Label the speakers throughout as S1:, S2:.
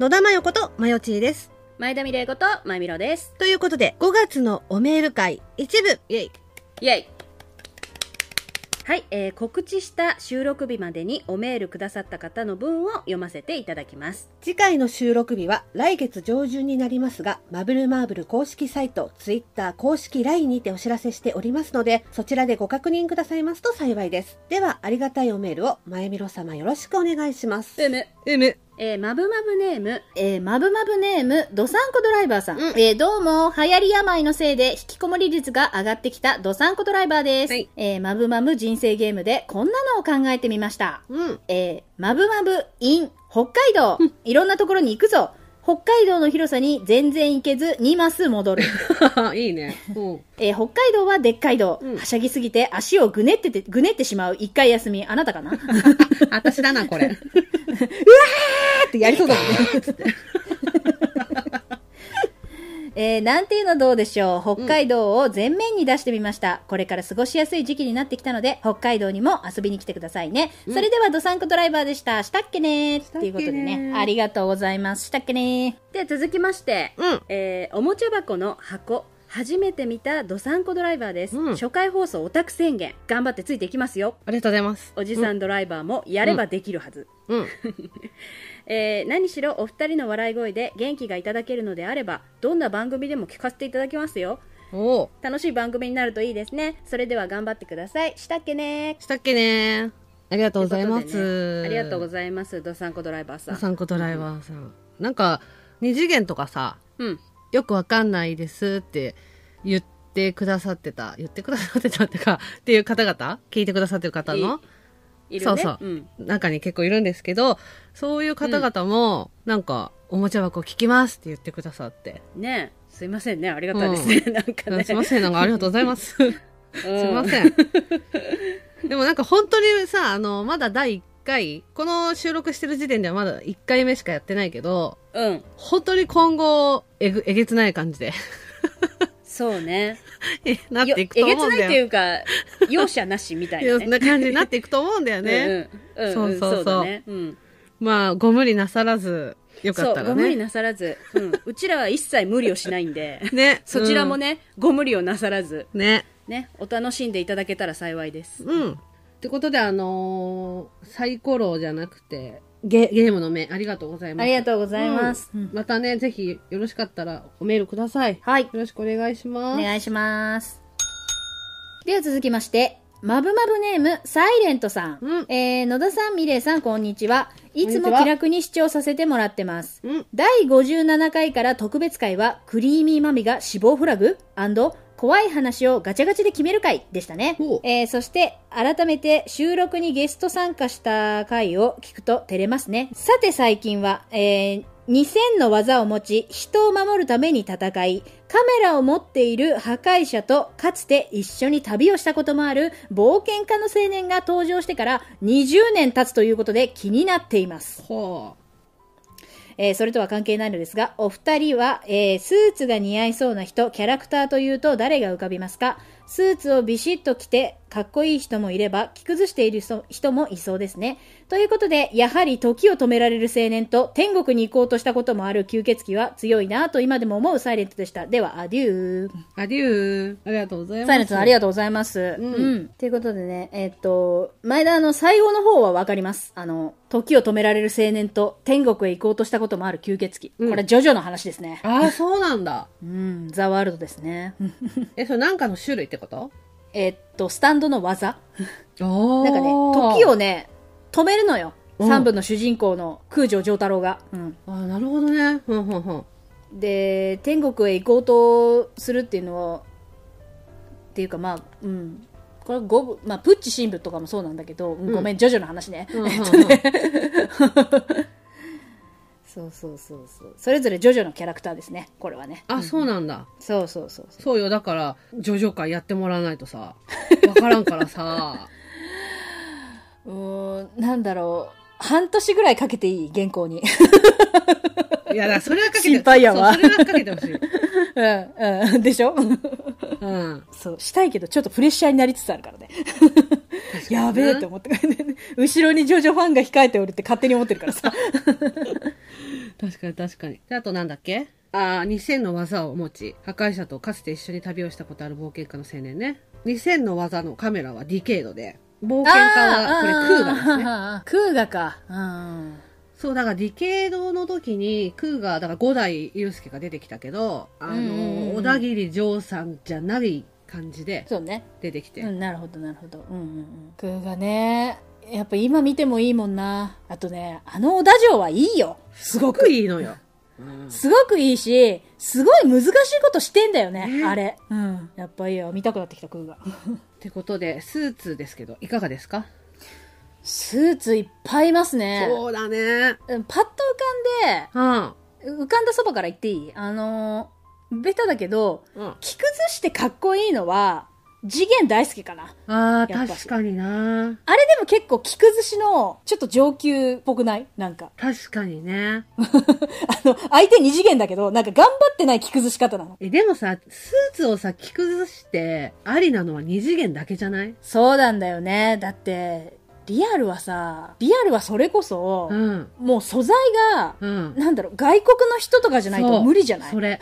S1: 野田真代ことまよちーです。
S2: 前田美玲子と前みろです。
S1: ということで、5月のおメール会一部、イェイ。
S2: イェイはい、えー、告知した収録日までにおメールくださった方の文を読ませていただきます。
S1: 次回の収録日は来月上旬になりますが、マブルマーブル公式サイト、ツイッター公式 LINE にてお知らせしておりますので、そちらでご確認くださいますと幸いです。では、ありがたいおメールを、前みろ様よろしくお願いします。
S2: うむ。
S1: うむ。
S2: えー、まぶまぶネーム、
S3: えー、まぶまぶネーム、ドサンコドライバーさん。
S1: うん
S3: えー、どうも、流行り病のせいで、引きこもり率が上がってきたドサンコドライバーです。
S2: はい
S3: えー、まぶまぶ人生ゲームで、こんなのを考えてみました。
S1: うん。
S3: えー、まぶまぶ in 北海道。いろんなところに行くぞ。北海道の広さに全然行けず、2マス戻る。
S2: いいね。うん。
S3: えー、北海道はでっかい道。
S2: うん
S3: はしゃぎすぎて、足をぐねってて、ぐねってしまう。一回休み。あなたか なっ
S2: 私だな、これ。
S3: てやりそうだもんね。えーなんていうのどうでしょう北海道を前面に出してみました、これから過ごしやすい時期になってきたので北海道にも遊びに来てくださいね、それではどさんこドライバーでしたしたっけねーっていうことで
S2: したっけね
S3: ね
S2: ー
S3: ありがとうございますしたっけね
S2: で、続きまして、
S1: うん。
S2: えー、おもちゃ箱の箱。初めて見たドサンコドライバーです、
S1: うん
S2: 初回放送オタク宣言。頑張ってついていきますよ。
S1: ありがとうございます。
S2: おじさんドライバーもやればできるはず。
S1: うん。
S2: えー何しろお二人の笑い声で元気がいただけるのであればどんな番組でも聞かせていただきますよ
S1: おお。
S2: 楽しい番組になるといいですねそれでは頑張ってくださいしたっけね
S1: したっけねありがとうございま
S2: という
S1: す。
S2: ことでねありがとうご
S1: い
S2: ざいますどさんこドライバーさ
S1: お
S2: ん
S1: さんこドライバーさん。なんか、二次元とかさ、
S2: うん
S1: よくわかんないですって言ってくださってた、言ってくださってたってか、っていう方々、聞いてくださってる方の
S2: いるね
S1: そうそう
S2: うん、
S1: 中に結構いるんですけど、そういう方々も、なんか、おもちゃ箱聞きますって言ってくださって。
S2: ねえすいませんねありがたいですね、 なんかね
S1: すいません、なんかありがとうございます。す
S2: す
S1: いま
S2: ん
S1: せん。 でもなんか本当にさ、あの、まだ第1回、この収録してる時点ではまだ1回目しかやってないけど、
S2: うん
S1: 本当に今後、えぐ、えげつない感じで、
S2: そうね
S1: なっていくと
S2: よえげ
S1: 思う
S2: つ
S1: んだよ。
S2: ないっていうか容赦なしみ たいな
S1: そ
S2: ね
S1: んな感じになっていくと思うんだよね。
S2: うんうん、うん
S1: そう
S2: うん
S1: そうそう
S2: だねうん
S1: まあ、ご無理なさらず、よかった
S2: そう、
S1: ら
S2: ご無理
S1: ね。
S2: なさらず、うん、うちらは一切無理をしないん で、
S1: ね。
S2: そちらもね、ご無理をなさらず、
S1: うん。ね。
S2: ね、お楽しんでいただけたら幸いです。
S1: うん。ってことで、あのーサイコロじゃなくて、ゲ、ゲームの目、ありがとうござい
S3: ー
S1: ます。
S3: ありがとうございます、
S1: う
S3: うんん
S1: またね、ぜひ、よろしかったら、おメールください。よ
S3: はい
S1: ろしくお願いしま
S3: お
S1: す。
S3: 願いしますでは続きましてまぶまぶネームサイレントさん、
S1: うん
S3: えー野田さん美玲さんこんにちはいつ
S1: こん
S3: も
S1: にちは
S3: 気楽に視聴させてもらってます
S1: うん。
S3: 第57回から特別会は、クリーミーマミが死亡フラグ怖い話をガチャガチャで決める回でしたね
S1: ほう。
S3: えーそして、改めて収録にゲスト参加した回を聞くと照れますね。さて最近は、えー2000の技を持ち、人を守るために戦い、カメラを持っている破壊者とかつて一緒に旅をしたこともある冒険家の青年が登場してから20年経つということで気になっています。
S1: ほ
S3: えーそれとは関係ないのですが、お二人は、えースーツが似合いそうな人、キャラクターというと誰が浮かびますかスーツをビシッと着て、かっこいい人もいれば、着崩している人人もいそうですね。ということで、やはり時を止められる青年と、天国に行こうとしたこともある吸血鬼は強いなぁと今でも思うサイレントでした。では、アデュー。
S1: う。アデュー。ありがとうございます。
S3: サイレントさんあり
S1: が
S3: がとうございます。
S1: うん
S3: うん。ということでね、えっと、前田あの、最後の方はわかります。あの、時を止められる青年と天国へ行こうとしたこともある吸血鬼。
S1: うん
S3: これ、ジョジョの話ですね。
S1: ああ、そうなんだ。
S3: うん、ザワールドですね。
S1: え、それなんかの種類ってこと
S3: えっと、スタンドの技。
S1: お
S3: なんかね、時を。ね、止めるのよ。
S1: うん
S3: 三部の主人公の空城城太郎が。うん。
S1: あーなるほどね。ふんふんふん。
S3: で、天国へ行こうとするっていうのは、っていうかまあ、うん。これ五部、まあ、プッチ新部とかもそうなんだけど、うんごめん、ジョジョの話ね。
S1: うんうんうん
S3: そうそうそうそう。それぞれジョジョのキャラクターですね。これはね。
S1: あ、そうなんだ。
S3: そうそうそうそう。
S1: そうよ、だから、ジョジョ会やってもらわないとさ、わからんからさ、
S3: うーん、なんだろう。半年ぐらいかけていい原稿に。
S1: いや、だからそれはかけて、
S3: 心配やわ
S1: そうそれはかけてほしい。
S3: うん、うん。でしょ
S1: うん。
S3: そう、したいけど、ちょっとプレッシャーになりつつあるからね。やべえと 思って、後ろにジョジョファンが控えておるって勝手に思ってるからさ。
S1: 確かに確かに。であとなんだっけああ、2000の技を持ち、破壊者とかつて一緒に旅をしたことある冒険家の青年ね。2000の技のカメラはディケードで、冒険家はこれクーガですね。
S3: ね。クーガか。うん。
S1: そう、だからディケードの時に、クーガー、だから五代祐介が出てきたけど、あ
S3: うんうんう
S1: の、
S3: ん
S1: 小田切丈さんじゃない感じで
S3: そうね。
S1: 出てきて。
S3: うん、なるほど、なるほど。うんうんうん。クーガね。やっぱ今見てもいいもんな。あとね、あの小田城はいいよ。
S1: すごくいいのよ。うん
S3: すごくいいし、すごい難しいことしてんだよね、
S1: ね
S3: あれ。うん。やっぱいいよ。見たくなってきた、クーガ。
S1: ってことで、スーツですけど、いかがですか、
S3: スーツいっぱいいますね。
S1: そうだね。
S3: うんパッと浮かんで、
S1: うん。
S3: 浮かんだそばから言っていいあのーベタだけど、
S1: うん、
S3: 着崩してかっこいいのは、次元大好きかな。
S1: ああ、
S3: やっぱし
S1: 確かにな。
S3: あれでも結構着崩しの、ちょっと上級っぽくないなんか。
S1: 確かにね。
S3: あの、相手二次元だけど、なんか頑張ってない着崩し方なの。
S1: え、でもさ、スーツをさ、着崩して、ありなのは二次元だけじゃない
S3: そうなんだよね。だって、リアルはさ、リアルはそれこそ、
S1: うん。
S3: もう素材が、
S1: うん。
S3: なんだろう、外国の人とかじゃない
S1: そ
S3: と
S1: う
S3: 無理じゃない
S1: そ れ。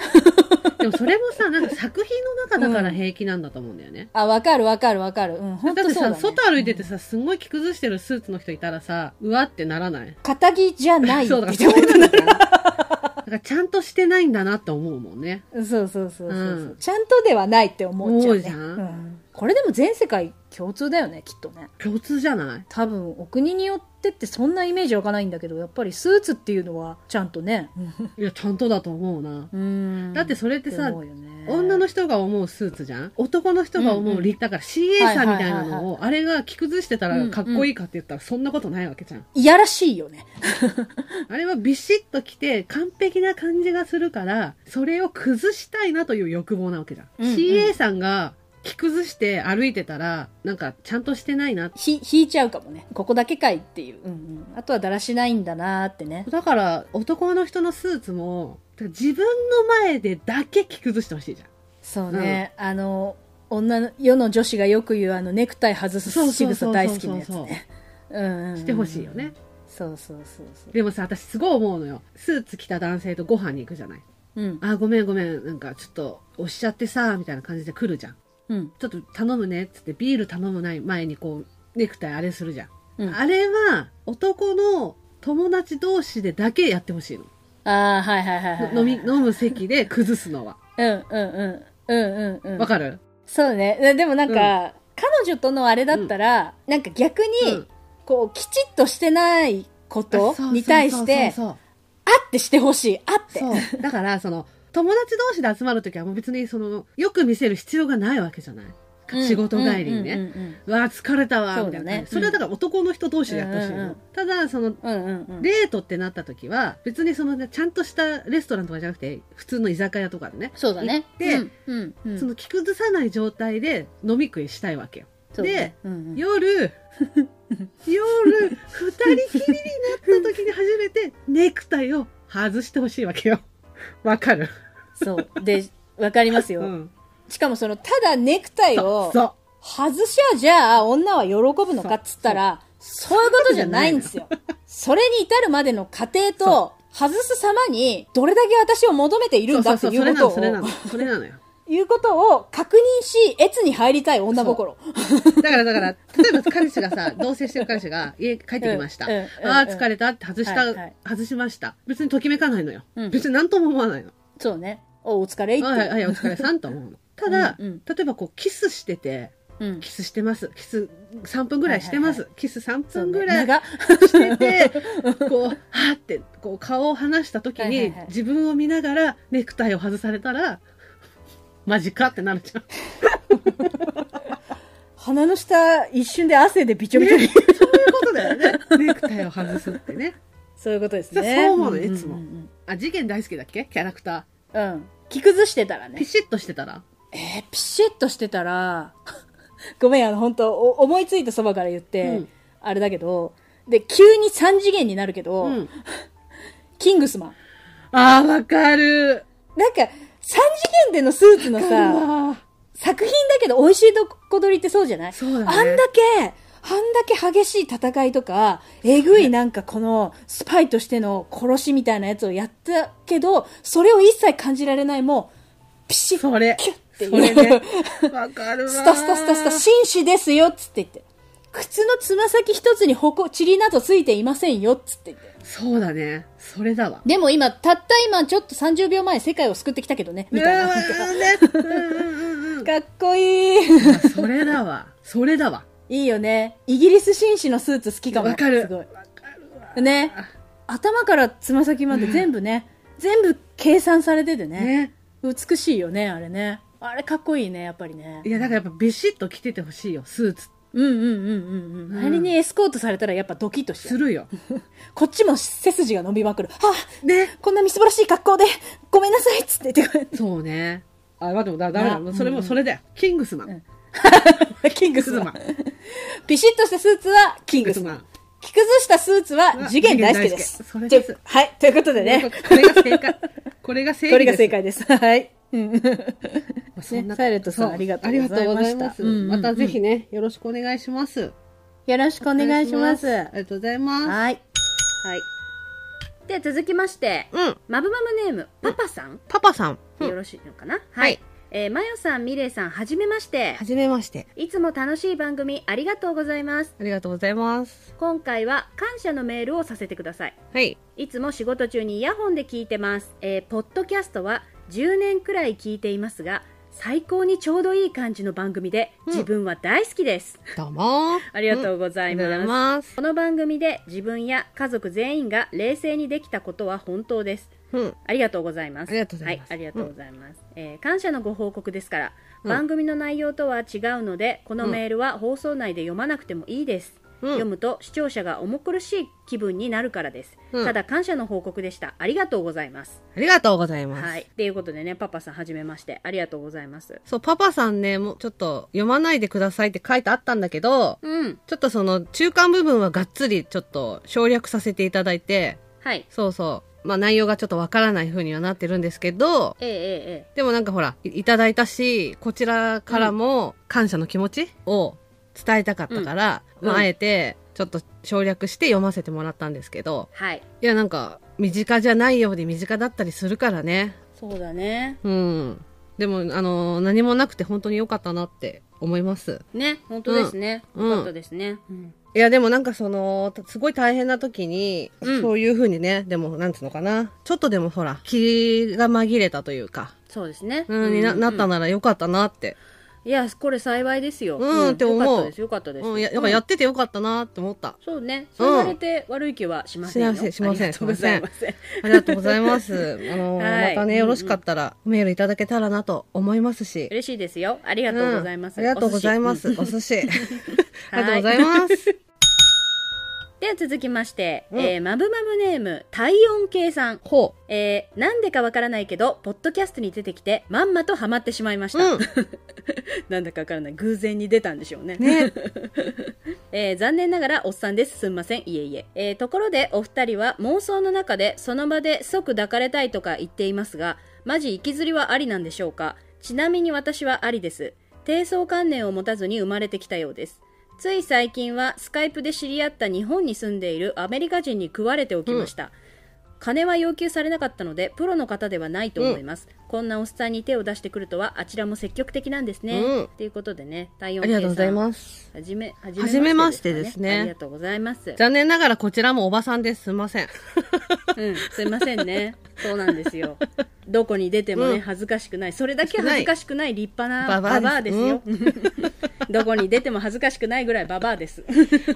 S1: でもそれもさ、なんか作品の中だから平気なんだと思うんだよね。
S3: あ、わかるわかるわかる。うん、ほん
S1: だっ
S3: と
S1: て
S3: そうだ、
S1: さ、
S3: ね。
S1: 外歩いててさ、すごい着崩してるスーツの人いたらさ、うわってならない。
S3: 肩着じゃない
S1: そうだから、
S3: って
S1: そ
S3: 言って
S1: う
S3: も
S1: なんだよね。だからちゃんとしてないんだなって思うもんね。
S3: そうそうそうそうそう、
S1: うん
S3: ちゃんとではないって思っちゃう、
S1: 思う
S3: ね。
S1: じゃん
S3: うんこれでも全世界共通だよね、きっとね。
S1: 共通じゃない
S3: 多分、お国によってってそんなイメージわかないんだけど、やっぱりスーツっていうのはちゃんとね。
S1: いや、ちゃんとだと思うな。
S3: うん。
S1: だってそれってさ
S3: て思うよね
S1: 女の人が思うスーツじゃん男の人が思う、
S3: うんうん
S1: だから CA さんみたいなのを、あれが着崩してたらかっこいいかって言ったらそんなことないわけじゃん。
S3: いやらしいよね。
S1: あれはビシッと着て完璧な感じがするから、それを崩したいなという欲望なわけじゃん。
S3: うんうん
S1: CA さんが着崩して歩いてたら、なんかちゃんとしてないな。
S3: ひ、引いちゃうかもね。ここだけかいっていう。うんうん。あとはだらしないんだなーってね。
S1: だから男の人のスーツも、自分の前でだけ着崩してほしいじゃん。
S3: そうね、あの女の世の女子がよく言うあのネクタイ外す仕草大好きなや
S1: そ
S3: つ
S1: うそうそうそう
S3: ねうんうんうん
S1: してほしいよね。
S3: そうそうそうそう
S1: でもさ、私すごい思うのよ。スーツ着た男性とご飯に行くじゃない。
S3: うん
S1: あ、ごめんごめん、なんかちょっと押しちゃってさ、みたいな感じで来るじゃん。
S3: うん
S1: ちょっと頼むね、つってビール頼むない前にこう、ネクタイあれするじゃん。
S3: うんあ
S1: あれは、男の友達同士でだけやってほしいの。
S3: あーはいはいはいはい
S1: の飲み、飲む席で崩すのは。
S3: うんうんうんうんうんうん
S1: わかる
S3: そうねなでもなんか、彼女とのあれだったら、なんか逆に、
S1: うん
S3: こうきちっとしてないことに対して
S1: そう
S3: あってしてほしいあって
S1: そうそうそう。だから、その、友達同士で集まるときはもう別にその、よく見せる必要がないわけじゃない。仕事帰りにね。うわあ疲れたわみ
S3: そう
S1: た
S3: だ
S1: い
S3: ね
S1: な感じそれはだから男の人同士でやってほしいの、
S3: うんうんうん
S1: ただその
S3: うんうんうんうんうん
S1: デートってなった時は別にそのねちゃんとしたレストランとかじゃなくて普通の居酒屋とかでね
S3: そうだね
S1: で
S3: うんうんうん
S1: その着崩さない状態で飲み食いしたいわけよ、
S3: そうねうんうん
S1: 夜 夜二人きりになった時に初めてネクタイを外してほしいわけよわかる、
S3: そう。で、わかりますよ。
S1: うん、
S3: しかもその、ただネクタイ
S1: そ
S3: を
S1: うそう
S3: 外しゃじゃあ女は喜ぶのかっつったら、そういうことじゃないんですよ。それに至るまでの過程と、外す様に、どれだけ私を求めているんだってい
S1: そうう
S3: こと
S1: そう
S3: を
S1: そ、れなのそれなのそれなのよ
S3: いうことを確認し、越に入りたい女心。
S1: だから、だから、例えば彼氏がさ、同棲してる彼氏が家帰ってきました。
S3: うんうんうんうん
S1: ああ、疲れたって外した、
S3: はいはい
S1: 外しました。別にときめかないのよ。
S3: うん
S1: 別に何とも思わないの。
S3: そうね。お、お疲れいって。
S1: はいはいはい、お疲れさんと思うの。ただ、
S3: うんうん
S1: 例えばこう、キスしてて、
S3: うん。
S1: キスしてます。キス3分ぐらいしてます。
S3: は
S1: キス3
S3: そう
S1: 分
S3: ね
S1: ぐらい
S3: 長
S1: してて、こう、はーって、こう、顔を離した時に、
S3: はいはいはい
S1: 自分を見ながらネクタイを外されたら、マジかってなるじゃん。
S3: 鼻の下、一瞬で汗でびちょびちょに。
S1: そういうことだよね。ネクタイを外すってね。
S3: そういうことですね。
S1: そう思うのいつも
S3: んうん
S1: あ、次元大好きだっけキャラクター。
S3: うん。うん着崩してたらね
S1: ピ。シッとしてたら
S3: えーピシッとしてたら、 ごめん、あの、本当お思いついたそばから言って、
S1: うん
S3: あれだけど、で、急に3次元になるけど、
S1: うん。
S3: キングスマン。
S1: ああ、わかる。
S3: なんか、3次元でのスーツの
S1: う
S3: さ、
S1: わー
S3: 作品だけど、美味しいどこ取りってそうじゃない
S1: そうだね
S3: あんだけ、
S4: あんだけ激しい戦いとか、えぐいなんかこのスパイとしての殺しみたいなやつをやったけど、それを一切感じられない、もう、ピシッ、
S1: それ
S4: キュッってい。
S1: そうれねわかるわ
S4: スタスタスタスタ、紳士ですよっつって言って。靴のつま先一つにほこ、塵などついていませんよっつって言って。
S1: そうだねそれだわ
S4: でも今、たった今ちょっと30秒前世界を救ってきたけどね、みたいな。
S1: うんうんうんうん うん
S4: かっこいい。
S1: あそれだわそれだわ
S4: いいよね。イギリス紳士のスーツ好きかも。
S1: わかる
S4: すご
S1: わかるわ
S4: い。ね。頭からつま先まで全部ね、全部計算されててね。
S1: ね
S4: 美しいよね、あれね。あれかっこいいね、やっぱりね
S1: い。やだからやっぱビシッと着ててほしいよスーツ
S4: うんうんうんうんうん。
S1: うん
S4: あれにエスコートされたらやっぱドキッとしちゃ
S1: す
S4: う。
S1: るよ
S4: こっちも背筋が伸びまくる。はあ
S1: ね
S4: こんなみすぼらしい格好で、ごめんなさいっつって言ってく
S1: そうねあ待ってもだダメだ
S4: な
S1: それ
S4: うんう
S1: も
S4: ん
S1: それだよキングスマン、
S4: うんれキングスマン
S1: キ。
S4: ピシッとしたスーツはキン
S1: ン
S4: グ
S1: グ
S4: ス
S1: ス
S4: マ
S1: マ
S4: ン
S1: ン。
S4: 着崩したスーツは
S1: は
S4: 次元大好きで
S1: 次元大
S4: す
S1: 介。それです
S4: というはい、ということでね。
S1: これが正解これが正解
S4: これが正解です。はい。うん
S1: そんな
S4: ねサイレントさん
S1: そう
S4: ありがとうございました
S1: ありがとうございます
S4: うんうんうん
S1: またぜひねよろしくお願いします
S4: よろしくお願いします。
S1: ありがとうございます
S4: はい。
S1: はい
S3: で続きまして、
S5: うん。
S3: マブマブネームパパさん、
S5: パパさん。うん
S3: よろしいのかな、
S5: は
S3: はいい、えー、マヨさんミレイさんはじめまして
S5: はじめまして。
S3: いつも楽しい番組ありがとうございます
S5: ありがとうございます。
S3: 今回は感謝のメールをさせてください
S5: はい。
S3: いつも仕事中にイヤホンで聞いてます、えー、ポッドキャストは10年くらい聞いていますが最高にちょうどいい感じの番組で
S5: うん
S3: 自分は大好きです、
S5: どうも。
S3: ありがとうござ
S5: あ
S3: います,、
S5: ます。
S3: この番組で自分や家族全員が冷静にできたことは本当です
S5: うん。
S3: ありがとうございます。
S5: ありがとうございます
S3: はい、ありがとうございます。えー感謝のご報告ですから、
S5: うん
S3: 番組の内容とは違うので、このメールは放送内で読まなくてもいいです。
S5: うん
S3: 読むと視聴者が重苦しい気分になるからです。
S5: うん
S3: ただ感謝の報告でした。ありがとうございます。
S5: ありがとうございます。
S3: はい。ということでね、パパさんはじめまして。ありがとうございます。
S1: そうパパさんねもうちょっと読まないでくださいって書いてあったんだけど
S3: うん。
S1: ちょっとその中間部分はがっつりちょっと省略させていただいて
S3: はい。
S1: そうそうまあ内容がちょっとわからない風にはなってるんですけど
S3: えええええ
S1: でもなんかほらいいただいたしこちらからも感謝の気持ちを伝えたかったから、
S3: うん
S1: まあ
S3: うん
S1: あえてちょっと省略して読ませてもらったんですけど
S3: えはい。
S1: いやなんか身近じゃないようで身近だったりするからね
S3: そうだね。
S1: うんでもあの何もなくて本当に良かったなって思います
S3: ね、本当ですね。
S1: うん
S3: よかったですね。うん。
S1: いやでもなんかそのすごい大変な時に、
S3: うん
S1: そういう風にねでもなんつうのかなちょっとでもほら気が紛れたというか、
S3: そうですね。
S1: うんにななったなら良かったなって、
S3: いや、これ幸いですよ。
S1: うんって思う
S3: よかったです、よかったです。
S1: うんやだからやってて良かったなって思った、
S3: そうね。
S1: う
S3: そ
S1: ん
S3: う言われて悪い気はしませんよ。
S1: しませんしません
S3: ありがとうございません。
S1: ありがとうござい ます。あの
S3: はい
S1: またね、
S3: うん
S1: よろしかったら、メールいただけたらなと思いますし。
S3: 嬉しいですよ。あり
S1: あ
S3: がとうございます。
S1: ありがとうございます。お寿 司。ありがとうござい
S3: す。
S1: ます。
S3: では続きまして、
S1: うん
S3: えーマブマブネーム、体温計さん。
S1: ほ
S3: えー、なんでかわからないけど、ポッドキャストに出てきて、まんまとハマってしまいまし
S1: う。う
S3: た。
S1: ん。
S3: なんだかわからない。偶然に出 たんでしょうね。
S1: ね。
S3: えー残念ながらおっさんです。すんません。いえいええーところでお二人は妄想の中でその場で即抱かれたいとか言っていますが、マジ息ずりはありなんでしょうかちなみに私はありです。低層観念を持たずに生まれてきたようです。つい最近はスカイプで知り合った日本に住んでいるアメリカ人に食われておきました。金は要求されなかったのでプロの方ではないと思います、こんなおっさんに手を出してくるとはあちらも積極的なんですね、
S1: うん
S3: ということでね体温
S1: ありがとうござい
S3: す
S1: ます。
S3: はじめ、は
S1: じめましてですね
S3: ありがとうございます。
S1: 残念ながらこちらもおばさんです。すいません。
S3: うん、すいませんね。そうなんですよ。どこに出てもね、
S1: うん
S3: 恥ずかしくない。それだけ恥ずかしくない立派
S1: バ
S3: な
S1: バア
S3: バ
S1: です
S3: バアですよ。 どこに出ても恥ずかしくないぐらいババアです。
S1: い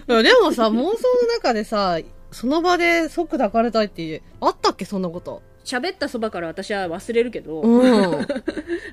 S1: やでもさ、妄想の中でさ、その場で即抱かれたいって、あったっけそんなこと。
S3: 喋ったそばから私は忘れるけど、
S1: うん。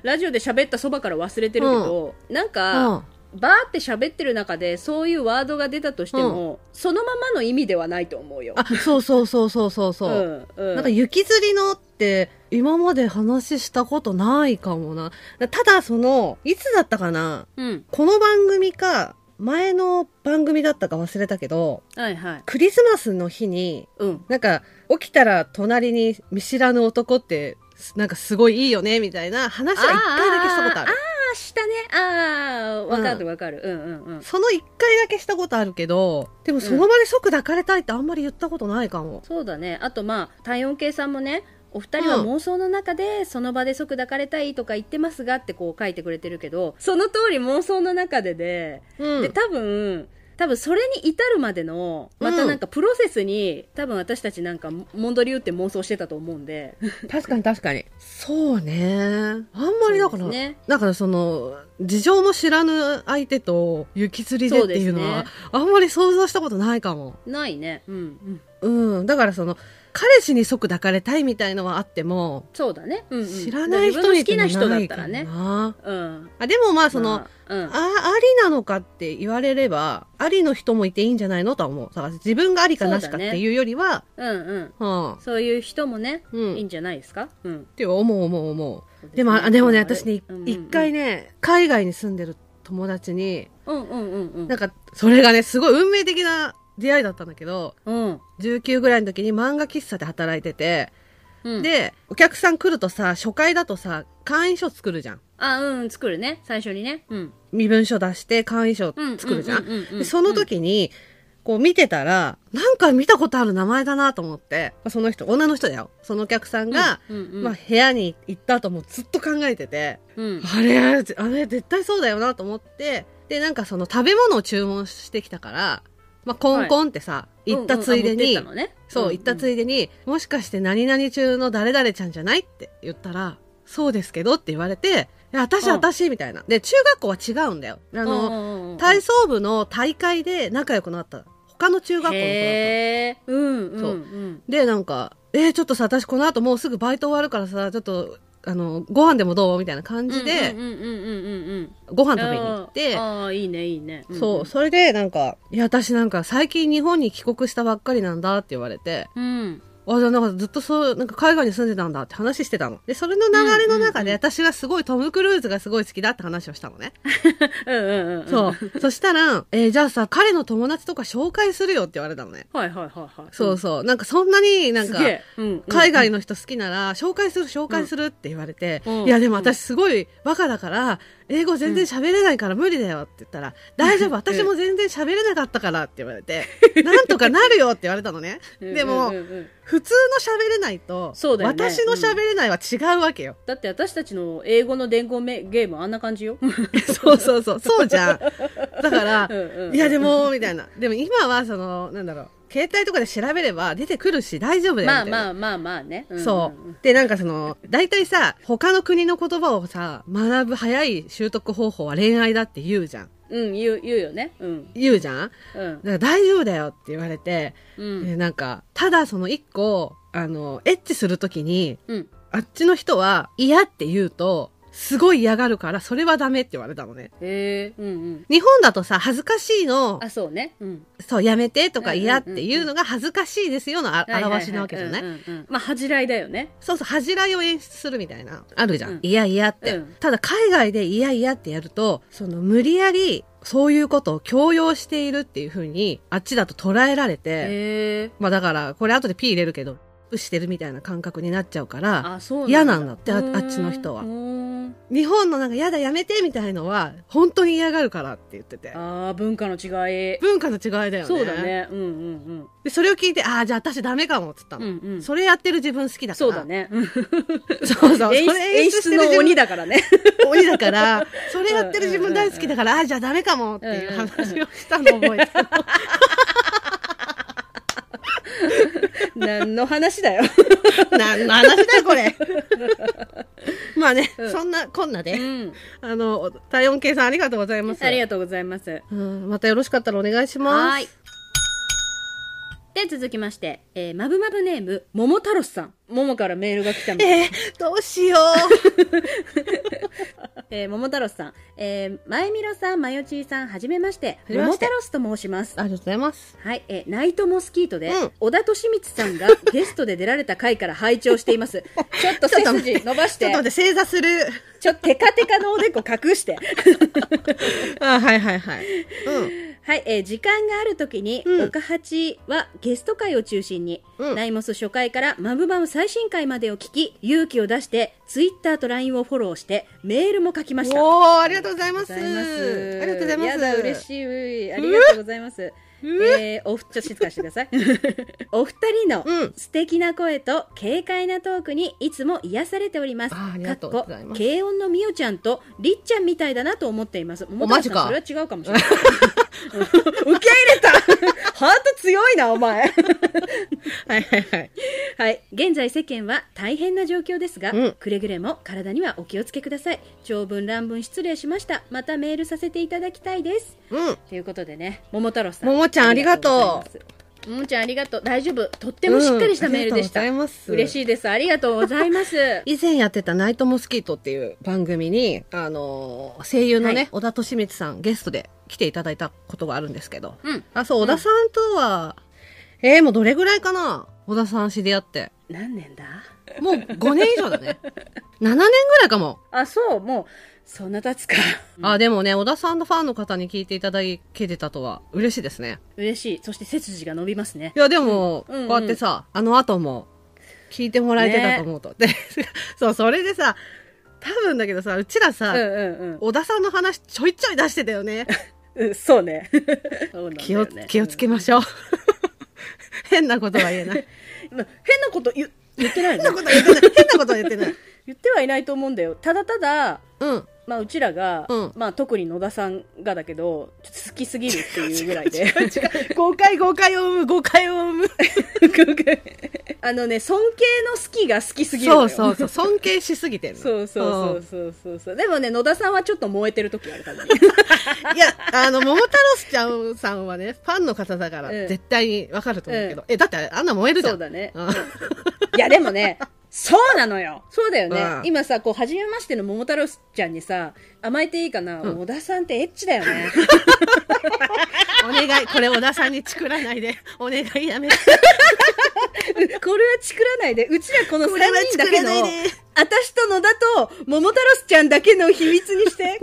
S3: ラジオで喋ったそばから忘れてるけど、なん
S1: う
S3: か、
S1: ん
S3: バーって喋ってる中でそういうワードが出たとしても、そのままの意味ではないと思うよ。
S1: あ、そうそうそうそうそうそう。
S3: うん、うん。
S1: なんか雪吊りのって今まで話したことないかもな。ただその、いつだったかな
S3: うん。
S1: この番組か、前の番組だったか忘れたけど、
S3: はいはい。
S1: クリスマスの日に、
S3: うん。
S1: なんか起きたら隣に見知らぬ男って、すなんかすごいいいよね、みたいな話は一回だけしたことある。
S3: ああ、したね。ああ、わかるわかる。うんうんうん。
S1: その一回だけしたことあるけど、でもその場で即抱かれたいってあんまり言ったことないかも。
S3: そうだね。あとまあ、体温計さんもね、お二人は妄想の中でその場で即抱かれたいとか言ってますがってこう書いてくれてるけど、その通り妄想の中でで、
S1: うん。
S3: で、多分、多分それに至るまでの、またなんかプロセスに、多分私たちなんか、モンドリューって妄想してたと思うんで。
S1: 確かに確かに。そうね。あんまりだから、
S3: そうですね
S1: だからその、事情も知らぬ相手と行き釣りでっていうの
S3: そう
S1: は、
S3: です
S1: あんまり想像したことないかも。
S3: ないね。うん。うん、
S1: うん。だからその、彼氏に即抱かれたいみたいのはあっても、
S3: そうだね。うん、うん。
S1: 知らない人に
S3: 自分の好きな人だったら
S1: って
S3: ね
S1: の。はないか
S3: うん。
S1: なあ、でもまあその、
S3: まあ、うん。
S1: あ、ありなのかって言われれば、ありの人もいていいんじゃないのとは思う。だから自分がありかなしかっていうよりは、
S3: うんうん。
S1: うん、っ
S3: そういう人もね、
S1: うん
S3: いいんじゃないですか。うん。
S1: て思う思う思う。
S3: そうす
S1: でも、あでもね、私ね、一、
S3: うんうんうん
S1: 回ね、海外に住んでる友達に、
S3: うんうんうんうん。
S1: なんか、それがね、すごい運命的な出会いだったんだけど、
S3: うん。
S1: 19ぐらいの時に漫画喫茶で働いてて、
S3: うん、
S1: で、お客さん来るとさ、初回だとさ、会員証作るじゃん。
S3: あ、うん、作るね。最初にね。うん。
S1: 身分証出して、会員証
S3: うん。
S1: 作るじゃん。
S3: うんうんうんう
S1: で
S3: ん、
S1: その時に、こう見てたら、なんか見たことある名前だなと思って、その人、女の人だよ。そのお客さんが、
S3: うん、うんうん、
S1: まあ部屋に行った後もずっと考えてて、
S3: うん。
S1: あれ、あれ絶対そうだよなと思って、で、なんかその食べ物を注文してきたから、まあコンコンってさ、行ったついでに、
S3: うんうんあ持ってったのね、
S1: そう、行ったついでに、もしかして何々中の誰々ちゃんじゃないって言ったら、そうですけどって言われて、いや私、
S3: うん
S1: 私、みたいな。で、中学校は違うんだよ。あ
S3: あ
S1: の、
S3: の
S1: 体操部の大会で仲良くなった。他の中学校の子だった。
S3: へえ。うんうん
S1: そう
S3: うん。
S1: で、なんか、えーちょっとさ、私この後もうすぐバイト終わるからさ、ちょっと、あの、ご飯でもどうみたいな感じで、
S3: うんうんうんうんうんうん。
S1: ご飯食べに行って、
S3: ああ、いいねいいね。んん
S1: そう、それでなんか、いや、私なんか最近日本に帰国したばっかりなんだって言われて、
S3: うん。
S1: あ、じゃあなんかずっとそう、なんか海外に住んでたんだって話してたの。で、それの流れの中
S3: うんうん
S1: で
S3: うん
S1: 私がすごいトム・クルーズがすごい好きだって話をしたのね。
S3: うんうんうんうん。
S1: そう。そしたら、えーじゃあさ、彼の友達とか紹介するよって言われたのね。
S3: はいはいはいはい。
S1: そうそう。なんかそんなに
S3: う。
S1: なんん
S3: す
S1: か
S3: げ、え。うん。
S1: 海外の人好きなら、紹介する、紹介するって言われて、
S3: うん
S1: いや、でも私すごいバカだから、英語全然喋れないから無理だよって言ったら、大 丈夫、私も全然喋れなかったからって言われて、なんとかなるよって言われたのね。
S3: うんうん
S1: でも
S3: うん、うん
S1: 普通の喋れないと、
S3: そうだよね
S1: 私の喋れないは違うわけよ。
S3: だって私たちの英語の伝言めゲームあんな感じよ。
S1: そうそうそう、そうじゃん。だから、
S3: うんうんうん
S1: いやでも、みたいな。でも今は、その、なんだろう、携帯とかで調べれば出てくるし大丈夫だよみ
S3: ま
S1: た
S3: あ
S1: いな。
S3: まあまあまあね。んんん
S1: そう。で、なんかその、大体さ、他の国の言葉をさ、学ぶ早い習得方法は恋愛だって言うじゃん。
S3: うん、言う、言うよね。うん。
S1: 言うじゃん
S3: うん。
S1: だから大丈夫だよって言われて、
S3: うん。
S1: でなんか、ただその一個、あの、エッチするときに、
S3: うん。
S1: あっちの人は嫌って言うと、すごい嫌がるから、それはダメって言われたのね。
S3: へえ。うんうん。
S1: 日本だとさ、恥ずかしいの、
S3: あ、そうね。うん。
S1: そう、やめてとか
S3: うん
S1: 嫌っていうのが恥ずかしいですよのあ
S3: はいはいはい
S1: 表しなわけじゃない
S3: うんうんうんまあ、恥じらいだよね。
S1: そうそう、恥じらいを演出するみたいな。あるじゃん。
S3: うん
S1: いやいやって。
S3: うん
S1: ただ、海外でいやいやってやると、その、無理やり、そういうことを強要しているっていう風に、あっちだと捉えられて、
S3: へえ。
S1: まあだから、これ後で P 入れるけど、プしてるみたいな感覚になっちゃうから、
S3: あ、そうなんだ
S1: 嫌なんだって、あ
S3: うーん
S1: あっちの人は
S3: う。ーん
S1: 日本のなんか、やだやめてみたいのは、本当に嫌がるからって言ってて。
S3: ああ、文化の違い。
S1: 文化の違いだよね。
S3: そうだ。ね。うんうん
S1: で、それを聞いて、ああ、じゃあ私ダメかもって言った
S3: うん。う
S1: の。
S3: んうん。
S1: それやってる自分好きだから。
S3: そうだ。ね。う ん
S1: そうそう。
S3: 演
S1: そ
S3: 出
S1: れ
S3: 演
S1: して
S3: 出
S1: る自
S3: の
S1: 分
S3: 鬼だ からね。
S1: 鬼だから、それやってる自分大好きだから、あ、じゃあダメかもっていう話をしたの覚えてる。
S3: 何の話だよ。
S1: 何の話だよ、こ れ。まあね、そんな、こんな
S3: う
S1: で、
S3: ん。
S1: あの、体温計さんありがとうございます。
S3: ありがとうございます。
S1: うんまたよろしかったらお願いします。
S3: はーい。で、続きまして、えー、まぶまぶネーム、ももたろしさん。ももからメールが来たの。
S1: えーどうし よ
S3: えー、ももたろしさん。えー、まえみろさん、まよちーさん、はじめまして。
S1: はじめ
S3: も
S1: ま
S3: も
S1: したて
S3: ろしと申します
S1: う。。ありがとうございます。
S3: はい、えーナイトモスキートで、
S1: うん
S3: 小田利光さ んがゲストで出られた回から拝聴してい ます。ちょっと
S1: ちょっ
S3: 背
S1: と待って
S3: 筋伸ばし
S1: ちょ
S3: て
S1: っと、待って、正座 する。
S3: ちょっとテカテカのおでこ隠して。
S1: あ、はいはいはい。うん。
S3: はい、えー時間がある時に、
S1: うん
S3: 岡八はゲスト会を中心に、
S1: うん
S3: ナイモス初回からマブマブ最新回までを聞き、勇気を出して、ツイッターと LINE をフォローして、メールも書きました。
S1: おー、ありがとうございます。
S3: ありがとうございます。
S1: ありがとうございます。
S3: やだ、嬉しい。ありがとうございます。えー、おふ、ちょ、静かにしてくださ い。お二人の
S1: うん
S3: 素敵な声と軽快なトークにいつも癒されております。
S6: あーありがとうございます
S3: かっこ軽音のみおちゃんとりっちゃんみたいだなと思っています。お
S1: マジか
S3: それは違うか もしれない。受け入れたハート強いな、お前。
S6: はいはいはい。
S3: はい。現在世間は大変な状況ですが、
S1: うん
S3: くれぐれも体にはお気をつけください。長文乱文失礼しました。またメールさせていただきたいです。
S1: うん。
S3: ということでね、桃太郎さん。
S1: 桃ちゃんありがとう
S3: ありがございます。桃ちゃんありがとう。大丈夫。とってもしっかりしたメールでした。
S1: うんありがとうございます。
S3: 嬉しいです。ありがとうございます。
S1: 以前やってたナイトモスキートっていう番組に、あのー声優のね、
S3: はい
S1: 小田敏光さんゲストで来ていただいたことがあるんですけど。
S3: うん
S1: あ、そう、小田さんとは、えー、もうどれぐらいかな小田さん知り合って。
S3: 何年だ
S1: もう5年以上だ ね。7年ぐらいかも。
S3: あ、そう、もう、そんな経つか。
S1: あ、でもね、小田さんのファンの方に聞いていただけてたとは嬉しいですね。
S3: 嬉しい。そして背筋が伸びますね
S1: い。や、でも、
S3: うんうん
S1: こうやってさ、あの後も、聞いてもらえてたと思うと。で、 そう、それでさ、多分だけどさ、うちら
S3: う
S1: さ、
S3: んうん
S1: 小田さんの話ちょいちょい出してたよね。
S3: うん。うん、そうね。 そうなんだ
S1: 気を、
S3: よね
S1: 気をつけましょう。 変なことは言えない。
S3: うんま変なこと言言ってない
S1: 変な
S3: の
S1: ことは言ってない。変なことは言ってない。
S3: 言ってはいないと思うんだよ。ただただ、
S1: うん。
S3: まあ、うちらが、
S1: うん
S3: まあ、特に野田さんがだけど、ちょっと好きすぎるっていうぐらいで。
S1: 誤解、誤解を生む、誤解を生む。
S3: あのね、尊敬の好きが好きすぎるの
S1: そ
S3: よ。
S1: うそうそう。尊敬しすぎてるの。
S3: そうそうそうそうそうそう。でもね、野田さんはちょっと燃えてる時あるたぶ ん。
S1: うん。いや、あの、桃太郎ちゃんさんはね、ファンの方だから、
S3: うん
S1: 絶対にわかると思うけど。え、だってあんな燃えるじゃん。
S3: そうだね。
S1: うん
S3: いや、でもね、そうなのよ。そうだよね。
S1: うん
S3: 今さ、こう、初めましての桃太郎ちゃんにさ、甘えていいかな、
S1: うん
S3: 野田さんってエッチだよね。
S1: お願い、これ小田さんにチクらないで、お願いやめて。
S3: これはチクらないで、うち らこの3
S1: これは
S3: 人だけの
S1: チクらないで、
S3: 私と野田と桃太郎ちゃんだけの秘密に して。